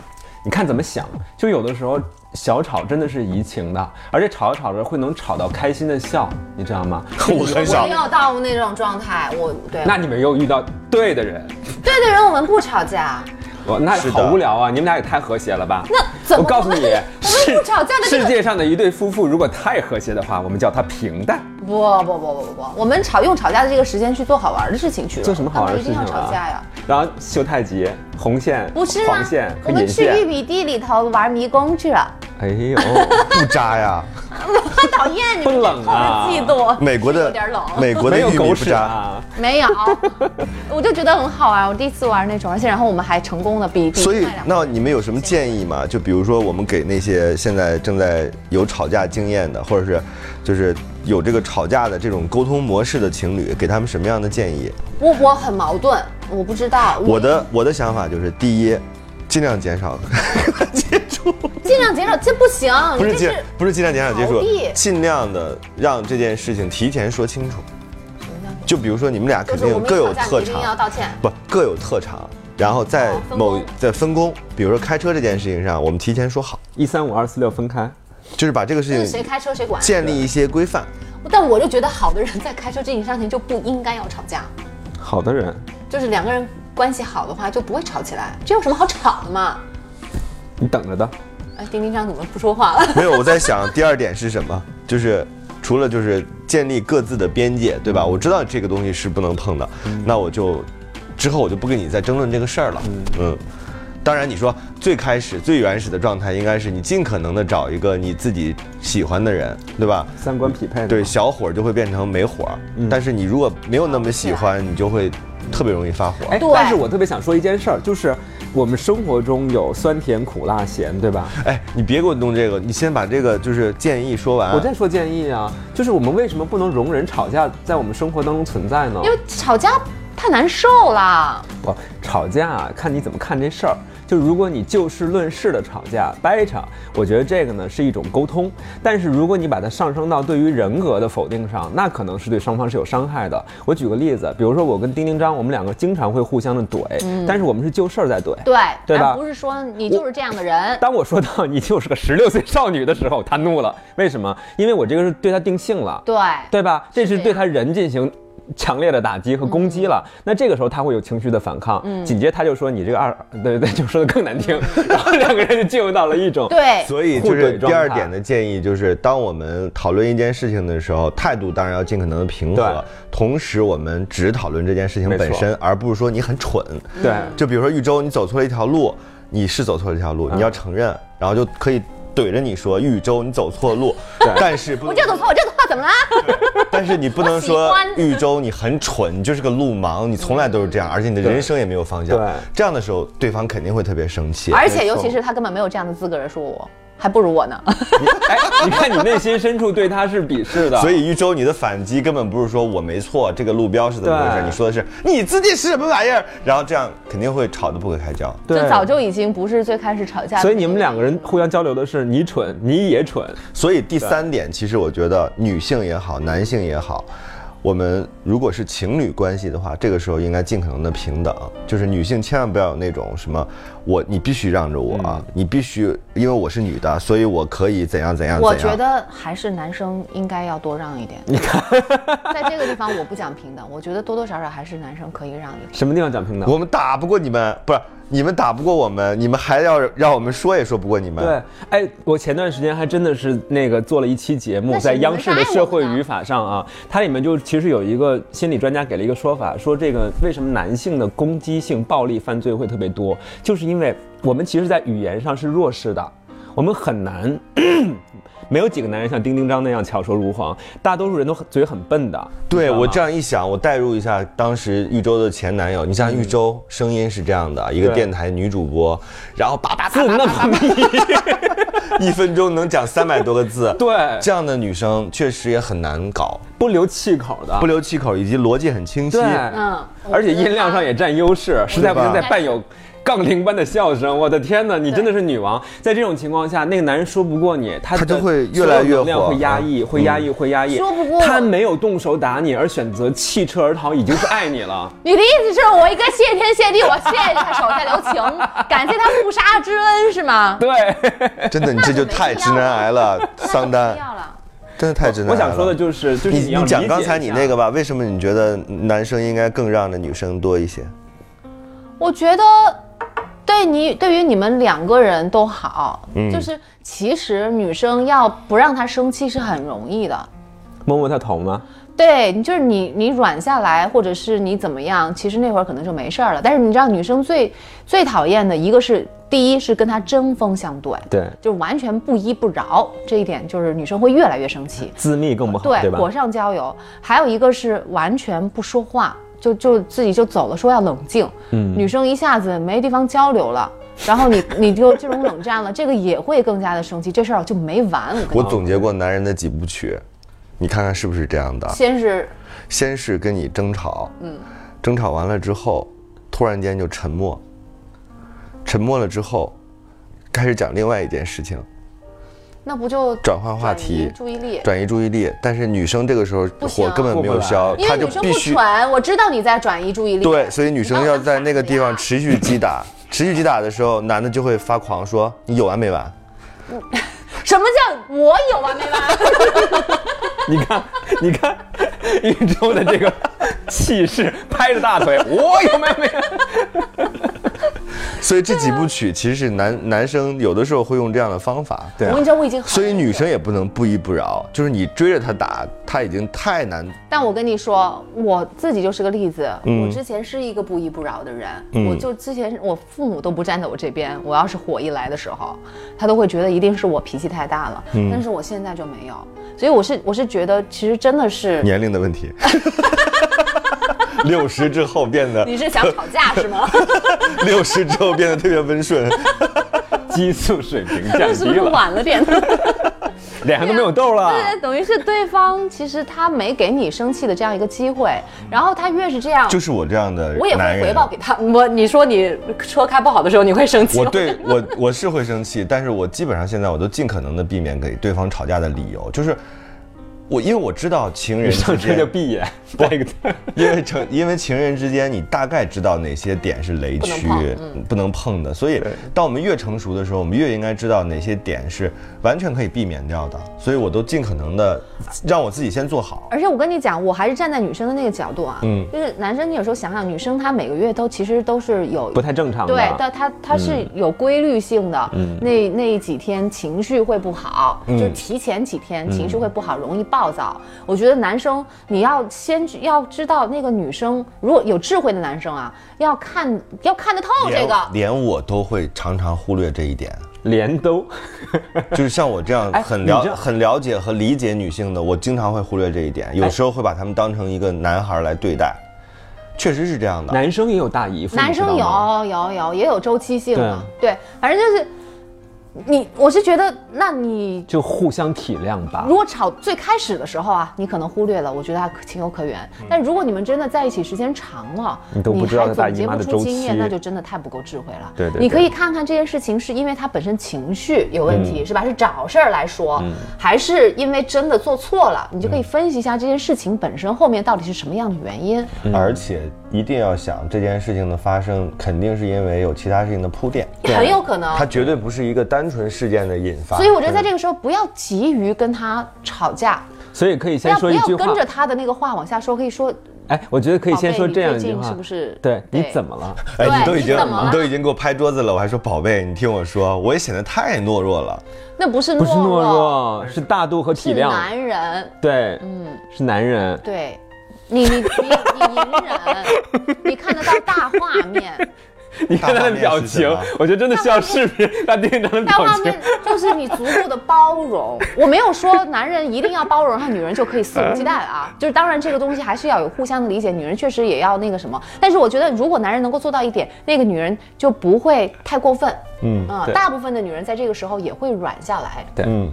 Speaker 5: 你看怎么想。就有的时候小吵真的是怡情的，而且吵着吵着会能吵到开心的笑，你知道吗？
Speaker 3: (laughs) (laughs) 我很
Speaker 4: 我
Speaker 3: 少
Speaker 4: 没。有到那种状态，我对
Speaker 5: 那你们又遇到对的人，
Speaker 4: 对的人我们不吵架，
Speaker 5: 我那
Speaker 3: 是的
Speaker 5: 好无聊啊！你们俩也太和谐了吧？
Speaker 4: 怎
Speaker 5: 我
Speaker 4: 么
Speaker 5: 告 (laughs) 诉你，
Speaker 4: 我们不吵架的这
Speaker 5: 世
Speaker 4: 个
Speaker 5: 界上的一对夫妇如果太和谐的话，我们叫它平淡。
Speaker 4: 不不不不不不，我们吵用吵架的这个时间去做好玩的事情去了。
Speaker 5: 做什么好玩的事情
Speaker 4: 干嘛一定要吵架呀
Speaker 5: 啊？？然后秀太极、红线、
Speaker 4: 不是
Speaker 5: 黄
Speaker 4: 啊
Speaker 5: 线，
Speaker 4: 我
Speaker 5: 和
Speaker 4: 们
Speaker 5: 银
Speaker 4: 去玉
Speaker 5: 线。
Speaker 4: 米地里头玩迷宫去了。(laughs)
Speaker 5: 哎呦，
Speaker 3: 不渣呀！
Speaker 4: 讨厌你
Speaker 5: 不
Speaker 4: 们
Speaker 5: 冷啊
Speaker 4: 后面嫉妒。
Speaker 3: 美国
Speaker 4: 有
Speaker 3: 的
Speaker 4: 点冷
Speaker 3: 美国的
Speaker 5: 没有
Speaker 3: 玉米
Speaker 5: 狗
Speaker 3: 不
Speaker 5: 屎
Speaker 3: 渣，
Speaker 5: 啊！
Speaker 4: 没有， (laughs) 我就觉得很好玩。我第一次玩那种，而且然后我们还成功的比比
Speaker 3: 所以
Speaker 4: 另外两个
Speaker 3: 那你们有什么建议吗？就比如说我们给那些现在正在有吵架经验的，或者是就是有这个吵架的这种沟通模式的情侣，给他们什么样的建议？
Speaker 4: 我我很矛盾，我不知道
Speaker 3: 我的我的想法就是，第一，尽量减少接触，
Speaker 4: 尽量减少，这不行，
Speaker 3: 不是
Speaker 4: 这
Speaker 3: 尽不是尽量减少接触
Speaker 4: 逃避，
Speaker 3: 尽量的让这件事情提前说清楚。就比如说你们俩肯
Speaker 4: 就是
Speaker 3: 定
Speaker 4: 我
Speaker 3: 有
Speaker 4: 们
Speaker 3: 各有
Speaker 4: 吵架
Speaker 3: 特
Speaker 4: 你一定要
Speaker 3: 长，
Speaker 4: 道歉。
Speaker 3: 不各有特长，然后在
Speaker 4: 哦分
Speaker 3: 某
Speaker 4: 工
Speaker 3: 在分工，比如说开车这件事情上，我们提前说好，
Speaker 5: 一三五二四六分开。
Speaker 3: 就是把这个
Speaker 5: 嗯
Speaker 4: 就是
Speaker 3: 事
Speaker 4: 谁
Speaker 3: 情
Speaker 4: 开车谁管，
Speaker 3: 建立一些规范。
Speaker 4: 但我就觉得好的人在开车这件事上情就不应该要吵架，
Speaker 5: 好的人，
Speaker 4: 就是两个人关系好的话就不会吵起来，这有什么好吵的嘛？ (laughs)
Speaker 5: 你等着的。
Speaker 4: 哎，丁丁张怎么不说话 (laughs) 了？
Speaker 3: 没有，我在想第二点是什么，就是除了就是建立各自的边界，对吧？我知道这个东西是不能碰的，
Speaker 5: 嗯
Speaker 3: 那我就之后我就不跟你再争论这个事儿了。嗯，当然你说最开始最原始的状态应该是你尽可能的找一个你自己喜欢的人，对吧？
Speaker 5: 三观匹配的
Speaker 3: 对，小火就会变成没火，
Speaker 5: 嗯
Speaker 3: 但是你如果没有那么喜欢，你就会特别容易发火。
Speaker 5: 哎，
Speaker 4: 对
Speaker 5: 但是我特别想说一件事儿，就是我们生活中有酸甜苦辣咸，对吧？
Speaker 3: 哎，你别给我弄这个，你先把这个就是建议说完。
Speaker 5: 我再说建议啊，就是我们为什么不能容忍吵架在我们生活当中存在呢？
Speaker 4: 因为吵架太难受了。
Speaker 5: 不，吵架啊看你怎么看这事儿。就如果你就事论事的吵架掰扯，我觉得这个呢是一种沟通。但是如果你把它上升到对于人格的否定上，那可能是对双方是有伤害的。我举个例子，比如说我跟丁丁张，我们两个经常会互相的怼，但是我们是就事儿在怼。
Speaker 4: 对，
Speaker 5: 对吧
Speaker 4: 而不是说你就是这样的人，
Speaker 5: 当我说到你就是个十六岁少女的时候，他怒了。为什么？因为我这个是对他定性了，
Speaker 4: 对，
Speaker 5: 对吧？这
Speaker 4: 是
Speaker 5: 是
Speaker 4: 这
Speaker 5: 对
Speaker 4: 样嗯
Speaker 5: 他人进行强烈的打击和攻击了。那这个时候他会有情绪的反抗，紧接着他就说你这个二，对对对，就说的更难听，
Speaker 4: 嗯
Speaker 5: (laughs) 然后两个人就进入到了一种
Speaker 4: 对，
Speaker 3: 所以
Speaker 5: 互
Speaker 3: 就
Speaker 5: 怼
Speaker 3: 是第
Speaker 5: 状
Speaker 3: 二
Speaker 5: 态
Speaker 3: 点的建议就是，当我们讨论一件事情的时候，态度当然要尽可能的平和
Speaker 5: 对，
Speaker 3: 同时我们只讨论这件事情
Speaker 5: 没错
Speaker 3: 本身，而不是说你很蠢。
Speaker 5: 对。
Speaker 3: 就比如说玉州，你走错了一条路，你
Speaker 5: 嗯
Speaker 3: 是走错了一条路，你要承认，然后就可以怼着你说玉州你走错路，但是不
Speaker 4: 我
Speaker 3: 能
Speaker 4: 这走错，我这走错，怎么了？
Speaker 3: 但是你不能
Speaker 4: 我
Speaker 3: 说
Speaker 4: 喜欢
Speaker 3: 豫州你很蠢，你就是个路盲，你从来都是这样，而且你的人生也没有方向。
Speaker 5: 对
Speaker 3: 这样的时候对方肯定会特别生气。
Speaker 4: 而且尤其是他根本没有这样的资格说我，还不如我呢。
Speaker 5: 你哎，你看你内心深处对他是鄙视
Speaker 4: 啊
Speaker 5: 的，
Speaker 3: 所以豫州，你的反击根本不是说我没错，这个路标是怎么回事，
Speaker 5: 对
Speaker 3: 你说的是你自己是什么玩意儿，然后这样肯定会吵得不可开交。
Speaker 5: 对
Speaker 4: 就早就已经不是最开始吵架的那个。
Speaker 5: 所以你们两个人互相交流的是你蠢，你也蠢，
Speaker 3: 所以第三点，其实我觉得女性也好，男性也好，我们如果是情侣关系的话，这个时候应该尽可能的平等，就是女性千万不要有那种什么我你必须让着我啊，
Speaker 4: 嗯
Speaker 3: 你必须因为我是女的，所以我可以怎样怎样怎样。
Speaker 4: 我觉得还是男生应该要多让一点。你看，在这个地方我不讲平等，我觉得多多少少还是男生可以让一点。
Speaker 5: 什么地方讲平等？
Speaker 3: 我们打不过你们，不是你们打不过我们，你们还要让我们说也说不过你们。
Speaker 5: 对，哎，我前段时间还真的是那个做了一期节
Speaker 4: 那
Speaker 5: 目，
Speaker 4: 是
Speaker 5: 在
Speaker 4: 你
Speaker 5: 央
Speaker 4: 们
Speaker 5: 视的
Speaker 4: 爱
Speaker 5: 社
Speaker 4: 我
Speaker 5: 会
Speaker 4: 的
Speaker 5: 语法上啊，它里面就其实有一个心理专家给了一个说法，说这个为什么男性的攻击性暴力犯罪会特别多，就是因为我们其实，在语言上是弱势的，我们很难。 (coughs) 没有几个男人像丁丁张那样巧舌如簧，大多数人都很嘴很笨的。你
Speaker 3: 对
Speaker 5: 知道
Speaker 3: 我
Speaker 5: 吗
Speaker 3: 这样一想，我代入一下当时玉州的前男友，你像玉州声音是这样的，一个
Speaker 5: 嗯对
Speaker 3: 电台女主播，然后叭叭
Speaker 5: 字那么密， (laughs)，
Speaker 3: 一分钟能讲三百多个字
Speaker 5: 对，
Speaker 3: 这样的女生确实也很难搞，
Speaker 5: 不留气口的，
Speaker 3: 不留气口，以及逻辑很清晰
Speaker 5: 对，。
Speaker 4: 嗯，
Speaker 5: 而且音量上也占优势，实在不行
Speaker 3: 对
Speaker 5: 再
Speaker 3: 吧
Speaker 5: 伴有杠铃般的笑声。我的天哪，你真的是女王！在这种情况下，那个男人说不过你，他
Speaker 3: 他
Speaker 5: 他
Speaker 3: 就会越来越火嗯
Speaker 5: 会压抑，会压抑，会压抑。
Speaker 4: 说不过
Speaker 5: 他没有动手打你，而选择弃车而逃，已经是爱你了。
Speaker 4: 你的意思是我应该谢天谢地，我谢谢他手下留情，感谢他护杀之恩是吗？
Speaker 5: 对，
Speaker 3: 真的，你这就太直男癌了，桑
Speaker 4: 不
Speaker 3: 丹，
Speaker 4: 要了，
Speaker 3: 真的太直男癌了。
Speaker 5: (laughs) 我想说的就是，就是
Speaker 3: 你
Speaker 5: 你要
Speaker 3: 你讲
Speaker 5: 理解
Speaker 3: 刚才你
Speaker 5: 一下
Speaker 3: 那个吧，为什么你觉得男生应该更让着女生多一些？
Speaker 4: 我觉得。对你，对于你们两个人都好，就是其实女生要不让他生气是很容易的，
Speaker 5: 摸摸他头吗？
Speaker 4: 对你就是你，你软下来，或者是你怎么样，其实那会儿可能就没事儿了。但是你知道，女生最最讨厌的一个是，第一是跟他针锋相对，
Speaker 5: 对，
Speaker 4: 就完全不依不饶，这一点就是女生会越来越生气，
Speaker 5: 自密更不好，
Speaker 4: 对，
Speaker 5: 对吧
Speaker 4: 火？上浇油。还有一个是完全不说话，就就自己就走了，说要冷静，
Speaker 3: 嗯
Speaker 4: 女生一下子没地方交流了。然
Speaker 3: (laughs)
Speaker 4: 后你你就这种冷战了，这个也会更加的生气，这事儿就没完。我跟
Speaker 3: 我
Speaker 4: 你
Speaker 3: 总结过男人的几部曲，你看看是不是这样的？
Speaker 4: 先是
Speaker 3: 先是跟你争吵，嗯，争吵完了之后，突然间就沉默，沉默了之后，开始讲另外一件事情，
Speaker 4: 那不就
Speaker 3: 转换话题
Speaker 4: 转移注意力，
Speaker 3: 转移注意力。但是女生这个时候
Speaker 4: 行
Speaker 3: 火根本没有消，
Speaker 4: 因
Speaker 3: 她
Speaker 4: 为
Speaker 3: 就
Speaker 4: 女生
Speaker 3: 必
Speaker 4: 不
Speaker 3: 须
Speaker 4: 蠢，我知道你在转移注意力。
Speaker 3: 对，所以女生
Speaker 4: 你
Speaker 3: 要
Speaker 4: 当我
Speaker 3: 在那个地方
Speaker 4: 傻子
Speaker 3: 持续击打，持续击打的时候，男的就会发狂说：“你有完没完
Speaker 4: 呀什么叫我有啊完没完？
Speaker 5: 你看， (laughs) 你看，宇宙的这个气势，拍着大腿，我有没有没有？？”
Speaker 3: 所以这几部曲其实是男男生有的时候会用这样的方法。
Speaker 5: 对
Speaker 4: 我跟你讲，我已经很
Speaker 3: 啊所以女生也不能不依不饶，就是你追着她打，她已经太难
Speaker 4: 但我跟你说，我自己就是个例子。
Speaker 3: 嗯
Speaker 4: 我之前是一个不依不饶的人，
Speaker 3: 嗯
Speaker 4: 我就之前我父母都不站在我这边。我要是火一来的时候，他都会觉得一定是我脾气太大了。
Speaker 3: 嗯
Speaker 4: 但是我现在就没有，所以我是我是觉得，其实真的是
Speaker 3: 年龄的问题。六十之后变得，
Speaker 4: 你是想吵架是
Speaker 3: (laughs)
Speaker 4: 吗？
Speaker 3: 六十之后变得特别温顺。
Speaker 5: 激素水平
Speaker 4: (laughs)
Speaker 5: 降
Speaker 4: 是不
Speaker 5: 低
Speaker 4: 是
Speaker 5: 了。
Speaker 4: 晚了点？
Speaker 5: 脸上都没有痘
Speaker 4: (laughs)
Speaker 5: 了。
Speaker 4: 对，等于是对方其实他没给你生气的这样一个机会，然后他越是这样，
Speaker 3: 就是我这样的男人，
Speaker 4: 我也会回报给他。我你说你车开不好的时候你会生气吗，
Speaker 3: 我对我我是会生气，但是我基本上现在我都尽可能的避免给对方吵架的理由，就是我因为我知道情人
Speaker 5: 你上
Speaker 3: 之
Speaker 5: 车就
Speaker 3: 间，
Speaker 5: 闭眼，带一个字儿
Speaker 3: 因为成因为情人之间你大概知道哪些点是雷
Speaker 4: 能
Speaker 3: 区
Speaker 4: 碰，嗯
Speaker 3: 不能碰的，所以当我们越成熟的时候，我们越应该知道哪些点是完全可以避免掉的，所以我都尽可能的让我自己先做好。
Speaker 4: 而且我跟你讲，我还是站在女生的那个角度啊，
Speaker 3: 嗯
Speaker 4: 就是男生，你有时候想想，女生她每个月都其实都是有
Speaker 5: 不太正常的。
Speaker 4: 对，但她她是有规律性的，
Speaker 5: 嗯
Speaker 4: 那那几天情绪会不好，就是提前几天情绪会不好，容易暴躁。我觉得男生你要先知要知道那个女生，如果有智慧的男生啊，要看要看得透这个。
Speaker 3: 连连我都会常常忽略这一点。
Speaker 5: 连兜，
Speaker 3: 就是像我这样
Speaker 5: 哎
Speaker 3: 很
Speaker 5: 你
Speaker 3: 了、
Speaker 5: 这
Speaker 3: 很了解和理解女性的，我经常会忽略这一点，
Speaker 5: 哎
Speaker 3: 有时候会把她们当成一个男孩来对待，确实是这样的。
Speaker 5: 男生也有大姨夫，
Speaker 4: 男生
Speaker 5: 你知道
Speaker 4: 有
Speaker 5: 吗
Speaker 4: 有有也有周期性的，对反正就是你，我是觉得，那你
Speaker 5: 就互相体谅吧
Speaker 4: 如。果吵最开始的时候啊，你可能忽略了，我觉得还情有可原。但如果你们真的在一起时间长了，
Speaker 5: 嗯你都不知道
Speaker 4: 还
Speaker 5: 他大
Speaker 4: 总
Speaker 5: 姨
Speaker 4: 结
Speaker 5: 妈
Speaker 4: 不
Speaker 5: 的
Speaker 4: 出
Speaker 5: 周
Speaker 4: 经验，
Speaker 5: 期
Speaker 4: 那就真的太不够智慧了。
Speaker 5: 对对
Speaker 4: 你
Speaker 5: 对嗯
Speaker 4: 可以看看这件事情是因为他本身情绪有问题，是吧？是找事儿来说，还是因为真的做错了？你就可
Speaker 5: 嗯
Speaker 4: 以分析一下这件事情本身后面到底是什么样的原因。
Speaker 3: 而且一定要想这件事情的发生，肯定是因为有其他事情的铺垫，
Speaker 4: 很有可能
Speaker 3: 它绝对不是一个单纯事件的引发。
Speaker 4: 所以我觉得在这个时候不要急于跟他吵架，
Speaker 5: 所以可以
Speaker 4: 不
Speaker 5: 先
Speaker 4: 要不
Speaker 5: 说一
Speaker 4: 要
Speaker 5: 句话
Speaker 4: 跟。着他的那个话往下说，可以说
Speaker 5: 哎，我觉得可以先说这样一句
Speaker 4: 宝贝你最近
Speaker 5: 话，
Speaker 4: 是不是
Speaker 5: 对，你
Speaker 4: 对
Speaker 5: 怎么了？
Speaker 3: 哎，
Speaker 4: 对
Speaker 3: 你都已
Speaker 4: 你
Speaker 3: 经
Speaker 4: 怎么了
Speaker 3: 你都已经给我拍桌子了，我还说宝贝，你听我说，我也显得太懦弱了。
Speaker 4: 那不是
Speaker 5: 不
Speaker 4: (laughs)
Speaker 5: 是
Speaker 4: 懦
Speaker 5: 懦
Speaker 4: 弱，
Speaker 5: 弱，是大度和体
Speaker 4: 是
Speaker 5: 谅。
Speaker 4: 男人。
Speaker 5: 对，嗯，是男人。
Speaker 4: 对，你你你你隐忍， (laughs) 你看得到大画
Speaker 5: (laughs)
Speaker 4: 面，
Speaker 5: 你看他的表情
Speaker 3: 大画面是什么，
Speaker 5: 我觉得真的需要视频，他店长的
Speaker 4: 大
Speaker 5: 表
Speaker 4: 画
Speaker 5: 情
Speaker 4: 面。就是你足够的包容。我没有说男人一定要包容，然后女人就可以肆无忌惮啊。
Speaker 5: 嗯
Speaker 4: 就是当然这个东西还是要有互相的理解，女人确实也要那个什么。但是我觉得如果男人能够做到一点，那个女人就不会太过分。嗯
Speaker 5: 对
Speaker 4: 大部分的女人在这个时候也会软下来。
Speaker 5: 对，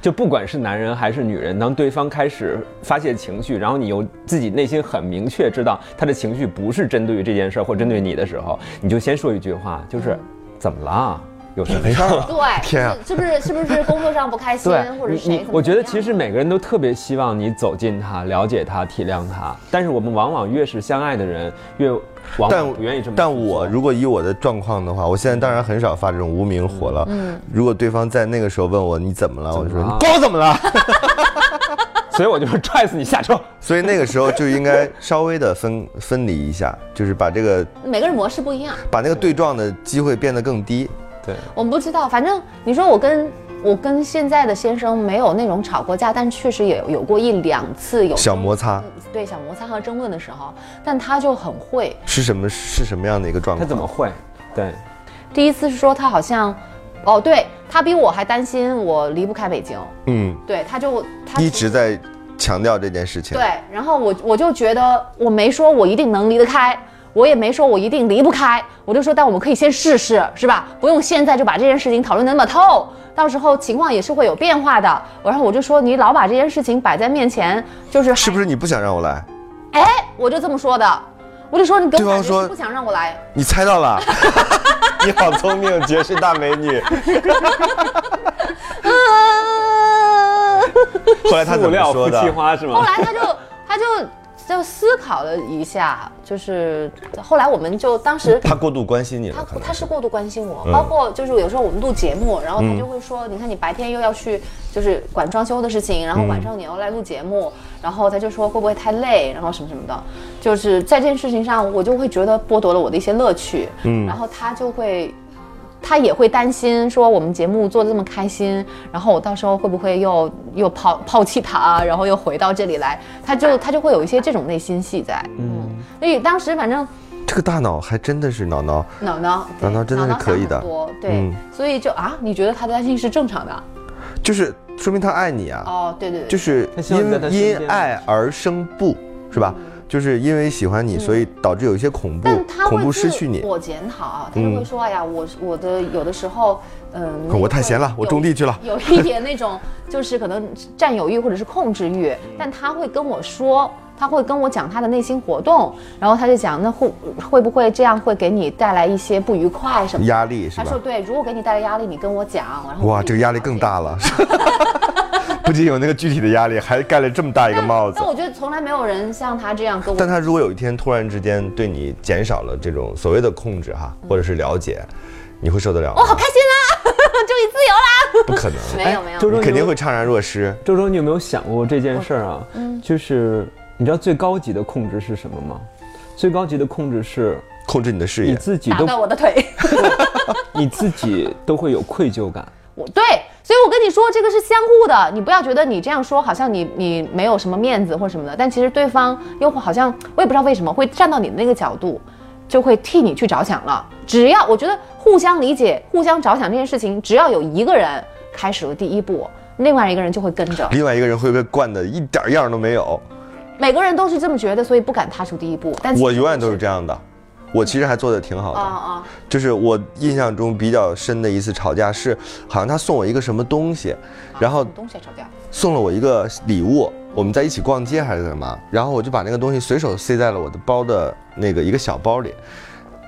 Speaker 5: 就不管是男人还是女人，当对方开始发泄情绪，然后你又自己内心很明确知道他的情绪不是针对于这件事儿或针对你的时候，你就先说一句话，
Speaker 3: 嗯
Speaker 5: 就是怎么了？有什么事
Speaker 3: (laughs)
Speaker 5: 儿？
Speaker 4: (laughs) 对，
Speaker 3: 天啊
Speaker 4: 是是不是是不是工作上不开心，或者
Speaker 5: 你
Speaker 4: 谁怎么
Speaker 5: 你
Speaker 4: 怎，么
Speaker 5: 我觉得
Speaker 4: 样
Speaker 5: 其实每个人都特别希望你走近他、了解他、体谅他，但是我们往往越是相爱的人，越往
Speaker 3: 但
Speaker 5: 往不愿意这么去做。
Speaker 3: 但我如果以我的状况的话，我现在当然很少发这种无名火了。如果对方在那个时候问我你怎么了，我就说你
Speaker 5: 嗯了
Speaker 3: 管我怎么了。
Speaker 5: 所以我就说踹死你下
Speaker 3: (laughs)
Speaker 5: 车。
Speaker 3: 所以那个时候就应该稍微的分 (laughs) 分离一下，就是把这个
Speaker 4: 每个人模式不一样。
Speaker 3: 把那个对撞的机会变得更低。
Speaker 5: 对，
Speaker 4: 我不知道，反正你说我跟我跟现在的先生没有那种吵过架，但确实也有过一两次有
Speaker 3: 小摩擦
Speaker 4: 对小摩擦和争论的时候，但他就很会。
Speaker 3: 是什么是什么样的一个状
Speaker 5: 他
Speaker 3: 况？
Speaker 5: 怎么会？对，
Speaker 3: 哎
Speaker 4: 第一次是说他好像，哦，对他比我还担心我离不开北京，
Speaker 3: 嗯
Speaker 4: 对他就他
Speaker 3: 一直在强调这件事情？
Speaker 4: 对，然后我我就觉得我没说我一定能离得开，我也没说我一定离不开，我就说但我们可以先试试，是吧？不用现在就把这件事情讨论得那么透，到时候情况也是会有变化的。然后我就说你老把这件事情摆在面前，就是
Speaker 3: 是不
Speaker 4: 是？
Speaker 3: 是你不想让我来？
Speaker 4: 哎，我就这么说的，我就说你给
Speaker 3: 对
Speaker 4: 我
Speaker 3: 方
Speaker 4: 感觉
Speaker 3: 说
Speaker 4: 是不想让我来，
Speaker 3: 你猜到了， (laughs) 你好聪明，绝世大美女。 (laughs) 后来他怎
Speaker 5: 塑
Speaker 3: 么
Speaker 5: 料 (laughs) 夫
Speaker 3: 说
Speaker 5: 妻
Speaker 3: 的？
Speaker 5: 花是
Speaker 4: 后
Speaker 5: 吗？
Speaker 4: 来他就他就就思考了一下，就是后来我们就当时
Speaker 3: 他过度关心你了，
Speaker 4: 他
Speaker 3: 可能嗯
Speaker 4: 他是过度关心我，包括就是有时候我们录节目，然后他就会说，你看你白天又要去就是管装修的事情，然后晚上你要来录节
Speaker 3: 嗯
Speaker 4: 目，然后他就说会不会太累，然后什么什么的，就是在这件事情上，我就会觉得剥夺了我的一些乐趣，嗯，然后他就会。他也会担心，说我们节目做的这么开心，然后我到时候会不会又又抛抛弃他啊，然后又回到这里来，他就他就会有一些这种内心戏在，嗯，所以当时反正
Speaker 3: 这个大脑还真的是挠挠。
Speaker 4: 脑脑，对
Speaker 3: 脑脑真的是可以的
Speaker 4: 脑脑想很多对，
Speaker 3: 嗯
Speaker 4: 所以就啊，你觉得他的担心是正常的？
Speaker 3: 就是说明他爱你啊，
Speaker 4: 哦，对对对，
Speaker 3: 就是
Speaker 5: 他希望在他
Speaker 3: 因
Speaker 5: 身边
Speaker 3: 因爱而生不，是吧？就是因为喜欢你，所以导致有一些恐怖
Speaker 4: 嗯但他，
Speaker 3: 恐
Speaker 4: 会
Speaker 3: 怖失
Speaker 4: 自
Speaker 3: 去你。嗯
Speaker 4: 我检讨，他就会说：“哎呀，我我的有的时候，嗯，
Speaker 3: 我太闲了我种地去了
Speaker 4: 有一点那种就是可能占有欲或者是控制欲，
Speaker 3: 嗯
Speaker 4: 但他会跟我说，他会跟我讲他的内心活动，然后他就讲那会会不会这样会给你带来一些不愉快什么的？
Speaker 3: 压力是
Speaker 4: 他说
Speaker 3: 吧？
Speaker 4: 对，如果给你带来压力，你跟我讲。然后
Speaker 3: 哇，这个压力更大了， (laughs) 不仅有那个具体的压力，还盖了这么大一个帽子
Speaker 4: 但。我觉得从来没有人像他这样跟我
Speaker 3: 但他如果有一天突然之间对你减少了这种所谓的控制哈，或者是了解，你会受得了吗？
Speaker 4: 哦我好开心啦， (laughs) 终于自由啦！
Speaker 3: 不可能，
Speaker 4: 没有没有，
Speaker 5: 周周
Speaker 3: 哎你肯定
Speaker 5: 会。
Speaker 3: 会怅然若失。
Speaker 5: 周周，你有没有想过这件事儿啊？就是你知道最高级的控制是什么吗？最高级的控制是
Speaker 3: 控制你的视
Speaker 5: 你
Speaker 3: 野，
Speaker 5: 自己
Speaker 4: 打
Speaker 5: 都
Speaker 4: 断我的腿。
Speaker 5: 你自己都会有愧疚感。
Speaker 4: (laughs) 我对，所以我跟你说，这个是相互的，你不要觉得你这样说好像你你没有什么面子或什么的，但其实对方又会好像我也不知道为什么会站到你的那个角度，就会替你去着想了。只要我觉得互相理解、互相着想这件事情，只要有一个人开始了第一步，另外一个人就会跟着。
Speaker 3: 另外一个人会被惯的一点儿样儿都没有。
Speaker 4: 每个人都是这么觉得，所以不敢踏出第一步。但
Speaker 3: 我永远都是这样的，我其实还做的挺好
Speaker 4: 啊
Speaker 3: 的。
Speaker 4: 啊，
Speaker 3: 就是我印象中比较深的一次吵架是，好像他送我一个什么东西，然后
Speaker 4: 什么东西也吵架，
Speaker 3: 送了我一个礼物，我们在一起逛街还是干嘛，然后我就把那个东西随手塞在了我的包的那个一个小包里。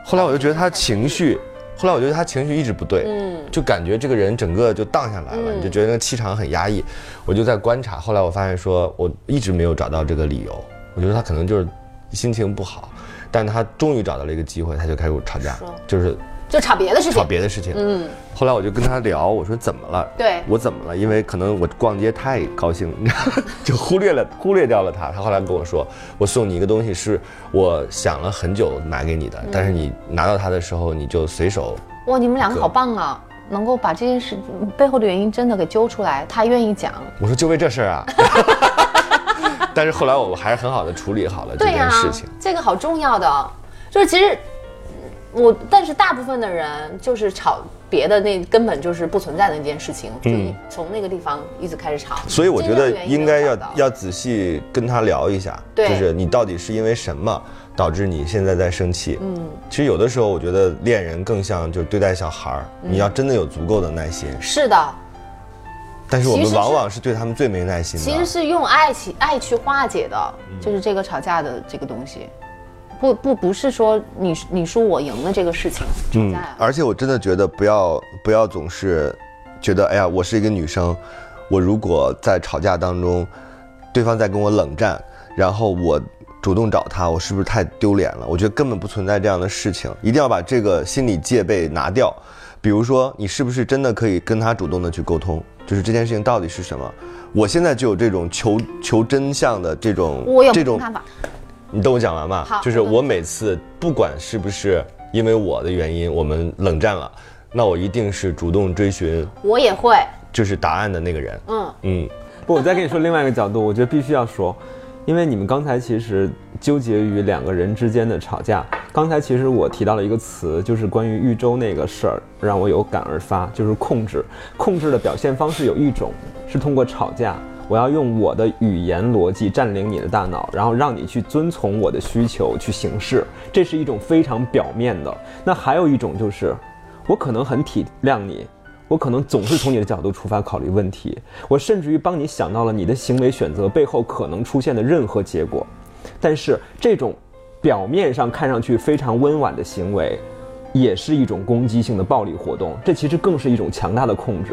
Speaker 3: 后来我就觉得他情绪，后来我觉得他情绪一直不对，
Speaker 4: 嗯
Speaker 3: 就感觉这个人整个就荡下来了，你就觉得那个气场很压抑。我就在观察，后来我发现说我一直没有找到这个理由，我觉得他可能就是心情不好，但他终于找到了一个机会，他就开始跟我吵架，就是
Speaker 4: 就吵别的事情
Speaker 3: 吵。别的事情。
Speaker 4: 嗯，
Speaker 3: 后来我就跟他聊，我说怎么了？
Speaker 4: 对
Speaker 3: 我怎么了？因为可能我逛街太高兴， (laughs) 就忽略了忽略掉了他。他后来跟我说，我送你一个东西，是我想了很久买给你的，
Speaker 4: 嗯
Speaker 3: 但是你拿到它的时候，你就随手
Speaker 4: 哇，你们两个好棒啊！能够把这件事嗯背后的原因真的给揪出来，他愿意讲，
Speaker 3: 我说就为这事儿啊。 (laughs) 但是后来我还是很好的处理好了这
Speaker 4: 对呀、啊
Speaker 3: 件事情。
Speaker 4: 这个好重要的，就是其实嗯我，但是大部分的人就是吵别的那根本就是不存在的那件事情，
Speaker 3: 嗯
Speaker 4: 就是从那个地方一直开始吵，
Speaker 3: 所以我觉
Speaker 4: 真正
Speaker 3: 得
Speaker 4: 的原因
Speaker 3: 应该
Speaker 4: 没有
Speaker 3: 要
Speaker 4: 找到
Speaker 3: 要仔细跟他聊一下，
Speaker 4: 对
Speaker 3: 就是你到底是因为什么导致你现在在生气？嗯，其实有的时候我觉得恋人更像就是对待小孩儿，
Speaker 4: 嗯
Speaker 3: 你要真的有足够的耐心，
Speaker 4: 是的，
Speaker 3: 但是我
Speaker 4: 其
Speaker 3: 们
Speaker 4: 实是
Speaker 3: 往往是对他们最没耐心
Speaker 4: 其实
Speaker 3: 的。
Speaker 4: 是用爱去爱去化解的，
Speaker 3: 嗯
Speaker 4: 就是这个吵架的这个东西，不不不是说你你输我赢的这个事情，吵架、呀。
Speaker 3: 而且我真的觉得不要不要总是觉得哎呀，我是一个女生，我如果在吵架当中，对方在跟我冷战，然后我主动找他，我是不是太丢脸了？我觉得根本不存在这样的事情，一定要把这个心理戒备拿掉。比如说，你是不是真的可以跟他主动的去沟通，就是这件事情到底是什么？我现在就有这种求求真相的这种
Speaker 4: 我有
Speaker 3: 这
Speaker 4: 不
Speaker 3: 种
Speaker 4: 同看法，
Speaker 3: 你等我讲完吧
Speaker 4: 好。
Speaker 3: 就是我每次不管是不是因为我的原因我们冷战了，那我一定是主动追寻
Speaker 4: 我也会，
Speaker 3: 就是答案的那个人。
Speaker 4: 嗯，
Speaker 3: 嗯，
Speaker 5: 不，我再跟你说另外一个角度，我觉得必须要说，因为你们刚才其实纠结于两个人之间的吵架。刚才其实我提到了一个词，就是关于豫州那个事儿，让我有感而发，就是控制。控制的表现方式有一种是通过吵架。我要用我的语言逻辑占领你的大脑，然后让你去遵从我的需求去行事，这是一种非常表面的。那还有一种就是，我可能很体谅你，我可能总是从你的角度出发考虑问题，我甚至于帮你想到了你的行为选择背后可能出现的任何结果。但是这种表面上看上去非常温婉的行为，也是一种攻击性的暴力活动。这其实更是一种强大的控制。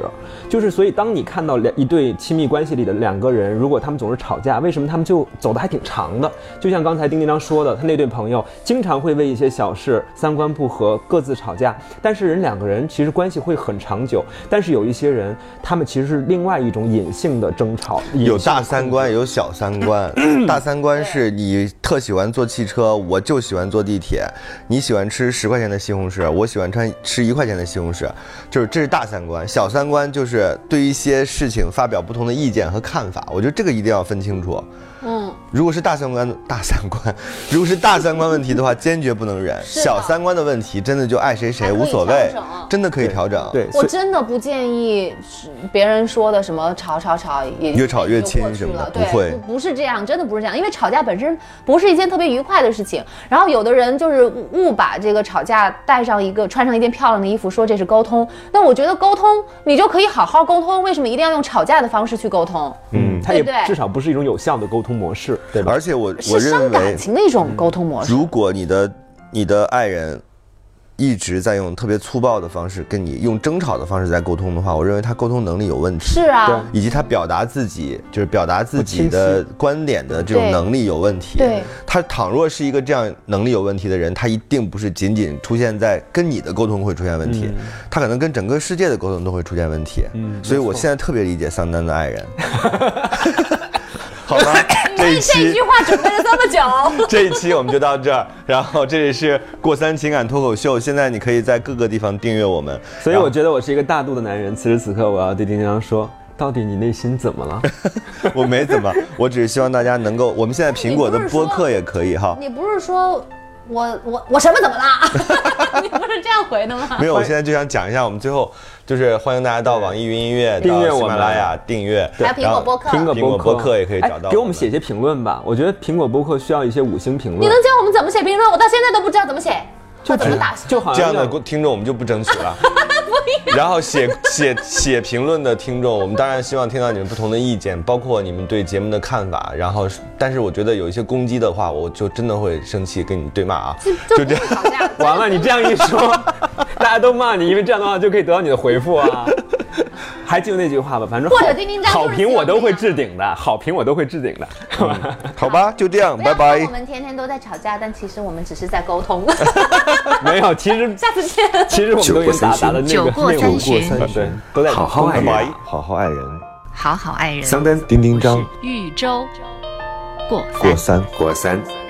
Speaker 5: 就是所以，当你看到两一对亲密关系里的两个人，如果他们总是吵架，为什么他们就走得还挺长的？就像刚才丁丁张说的，他那对朋友经常会为一些小事三观不合各自吵架，但是人两个人其实关系会很长久。但是有一些人，他们其实是另外一种隐性的争吵，隐
Speaker 3: 有
Speaker 5: 性
Speaker 3: 大
Speaker 5: 的
Speaker 3: 三观，有小三观。
Speaker 4: (clears throat)
Speaker 3: 大三观是你特喜欢坐汽车，我就喜欢坐地铁。你喜欢吃十块钱的西红柿，我喜欢穿吃一块钱的西红柿，就是这是大三观。小三观就是对一些事情发表不同的意见和看法。我觉得这个一定要分清楚。
Speaker 4: 嗯，
Speaker 3: 如果是大三观大三观，如果是大三观问题的话，坚决不能忍。
Speaker 4: 是的
Speaker 3: 小三观的问题，真的就爱谁谁
Speaker 4: 还可以
Speaker 3: 无所谓
Speaker 4: 调整，
Speaker 3: 真的可以调整。
Speaker 5: 对，
Speaker 4: 我
Speaker 5: 所以
Speaker 4: 真的不建议是别人说的什么吵吵吵，也
Speaker 3: 越吵越亲
Speaker 4: 就过去
Speaker 3: 什么的
Speaker 4: 了
Speaker 3: 不
Speaker 4: 对
Speaker 3: 会
Speaker 4: 不不是这样，真的不是这样，因为吵架本身不是一件特别愉快的事情。然后有的人就是误把这个吵架带上一个穿上一件漂亮的衣服，说这是沟通。那我觉得沟通你就可以好好沟通，为什么一定要用吵架的方式去沟通？
Speaker 5: 嗯，它
Speaker 4: 对
Speaker 5: 也
Speaker 4: 不对
Speaker 5: 至少不是一种有效的沟通模式，对吧？
Speaker 3: 而且我我认
Speaker 4: 是伤
Speaker 3: 为
Speaker 4: 感，情的一种沟通模式。
Speaker 3: 如果你的你的爱人一直在用特别粗暴的方式跟你用争吵的方式在沟通的话，我认为他沟通能力有问题。
Speaker 4: 是啊，
Speaker 3: 以及他表达自己，就是表达自己
Speaker 5: 不清晰
Speaker 3: 的观点的这种
Speaker 4: 对
Speaker 3: 能力有问题。
Speaker 4: 对，
Speaker 3: 他倘若是一个这样能力有问题的人，他一定不是仅仅出现在跟你的沟通会出现问题，他可能跟整个世界的沟通都会出现问题。嗯，所以我现在特别理解桑丹的爱人。好吧，这一
Speaker 4: 这
Speaker 3: 期
Speaker 4: 句话准备了这么
Speaker 3: (laughs)
Speaker 4: 久。
Speaker 3: 这一期我们就到这儿，然后这里是过三情感脱口秀，现在你可以在各个地方订阅我们。
Speaker 5: 所以我觉得我是一个大度的男人。此时此刻，我要对丁丁张说：“到底你内心怎 (laughs) 么了？
Speaker 3: 我没怎么，我只是希望大家能够，我们现在苹果的
Speaker 4: 你不是
Speaker 3: 播
Speaker 4: 说
Speaker 3: 客也可以哈。
Speaker 4: (laughs) 你不是说我我我什么怎么啦？ (laughs) 你不是这样回的吗？
Speaker 3: 没有，我现在就想讲一下，我们最后就是欢迎大家到网易云音乐、
Speaker 5: 订阅
Speaker 3: 到喜
Speaker 5: 我
Speaker 3: 马
Speaker 5: 们
Speaker 3: 拉雅订阅，
Speaker 4: 还有苹
Speaker 3: 然
Speaker 4: 果
Speaker 3: 后
Speaker 4: 播客，
Speaker 5: 苹
Speaker 3: 苹果
Speaker 5: 果
Speaker 3: 播
Speaker 5: 播
Speaker 3: 客
Speaker 5: 客
Speaker 3: 也可以找到我们
Speaker 5: 哎给我们写些评论吧。我觉得苹果播客需要一些五星评
Speaker 4: 你
Speaker 5: 论
Speaker 4: 能，教我们怎么写评论？我到现在都不知道怎么写，或怎么打。
Speaker 5: 就好
Speaker 3: 这
Speaker 5: 像
Speaker 3: 样的听众我们就不争取了。然后写写写评论的听众，我们当然希望听到你们不同的意见，包括你们对节目的看法。然后是，但是我觉得有一些攻击的话，我就真的会生气，跟你对骂啊。
Speaker 4: 就
Speaker 3: 就这
Speaker 4: 不
Speaker 3: 样 (laughs)
Speaker 4: 是吵架，
Speaker 5: (laughs) 完了，你这样一说，啊大家都骂你，因为这样的话就可以得到你的回复啊。还记得那句话吧，反正
Speaker 4: 或者
Speaker 5: 好
Speaker 4: 丁丁张
Speaker 5: 好
Speaker 4: 就是
Speaker 5: 评
Speaker 4: 喜欢
Speaker 5: 我都会
Speaker 4: 这样
Speaker 5: 置顶的，好评我都会置顶的。 (laughs)
Speaker 3: 好吧，就这样，
Speaker 4: 不
Speaker 3: 拜
Speaker 4: 要
Speaker 3: 拜
Speaker 4: 说我。们天天都在吵架，但其实我们只是在沟通。 (laughs)
Speaker 5: 没有，其实
Speaker 4: 下次见。
Speaker 5: 其实我们都已经达达了那个
Speaker 2: 酒过
Speaker 5: 那
Speaker 2: 三
Speaker 5: 个
Speaker 2: 巡
Speaker 5: 那个对，都在
Speaker 1: 好好爱人
Speaker 5: 拜拜
Speaker 3: 好好爱人，
Speaker 2: 好好爱人，
Speaker 1: 桑丹、丁丁张、
Speaker 2: 豫州过三
Speaker 1: 火
Speaker 3: 过。三。
Speaker 1: 山。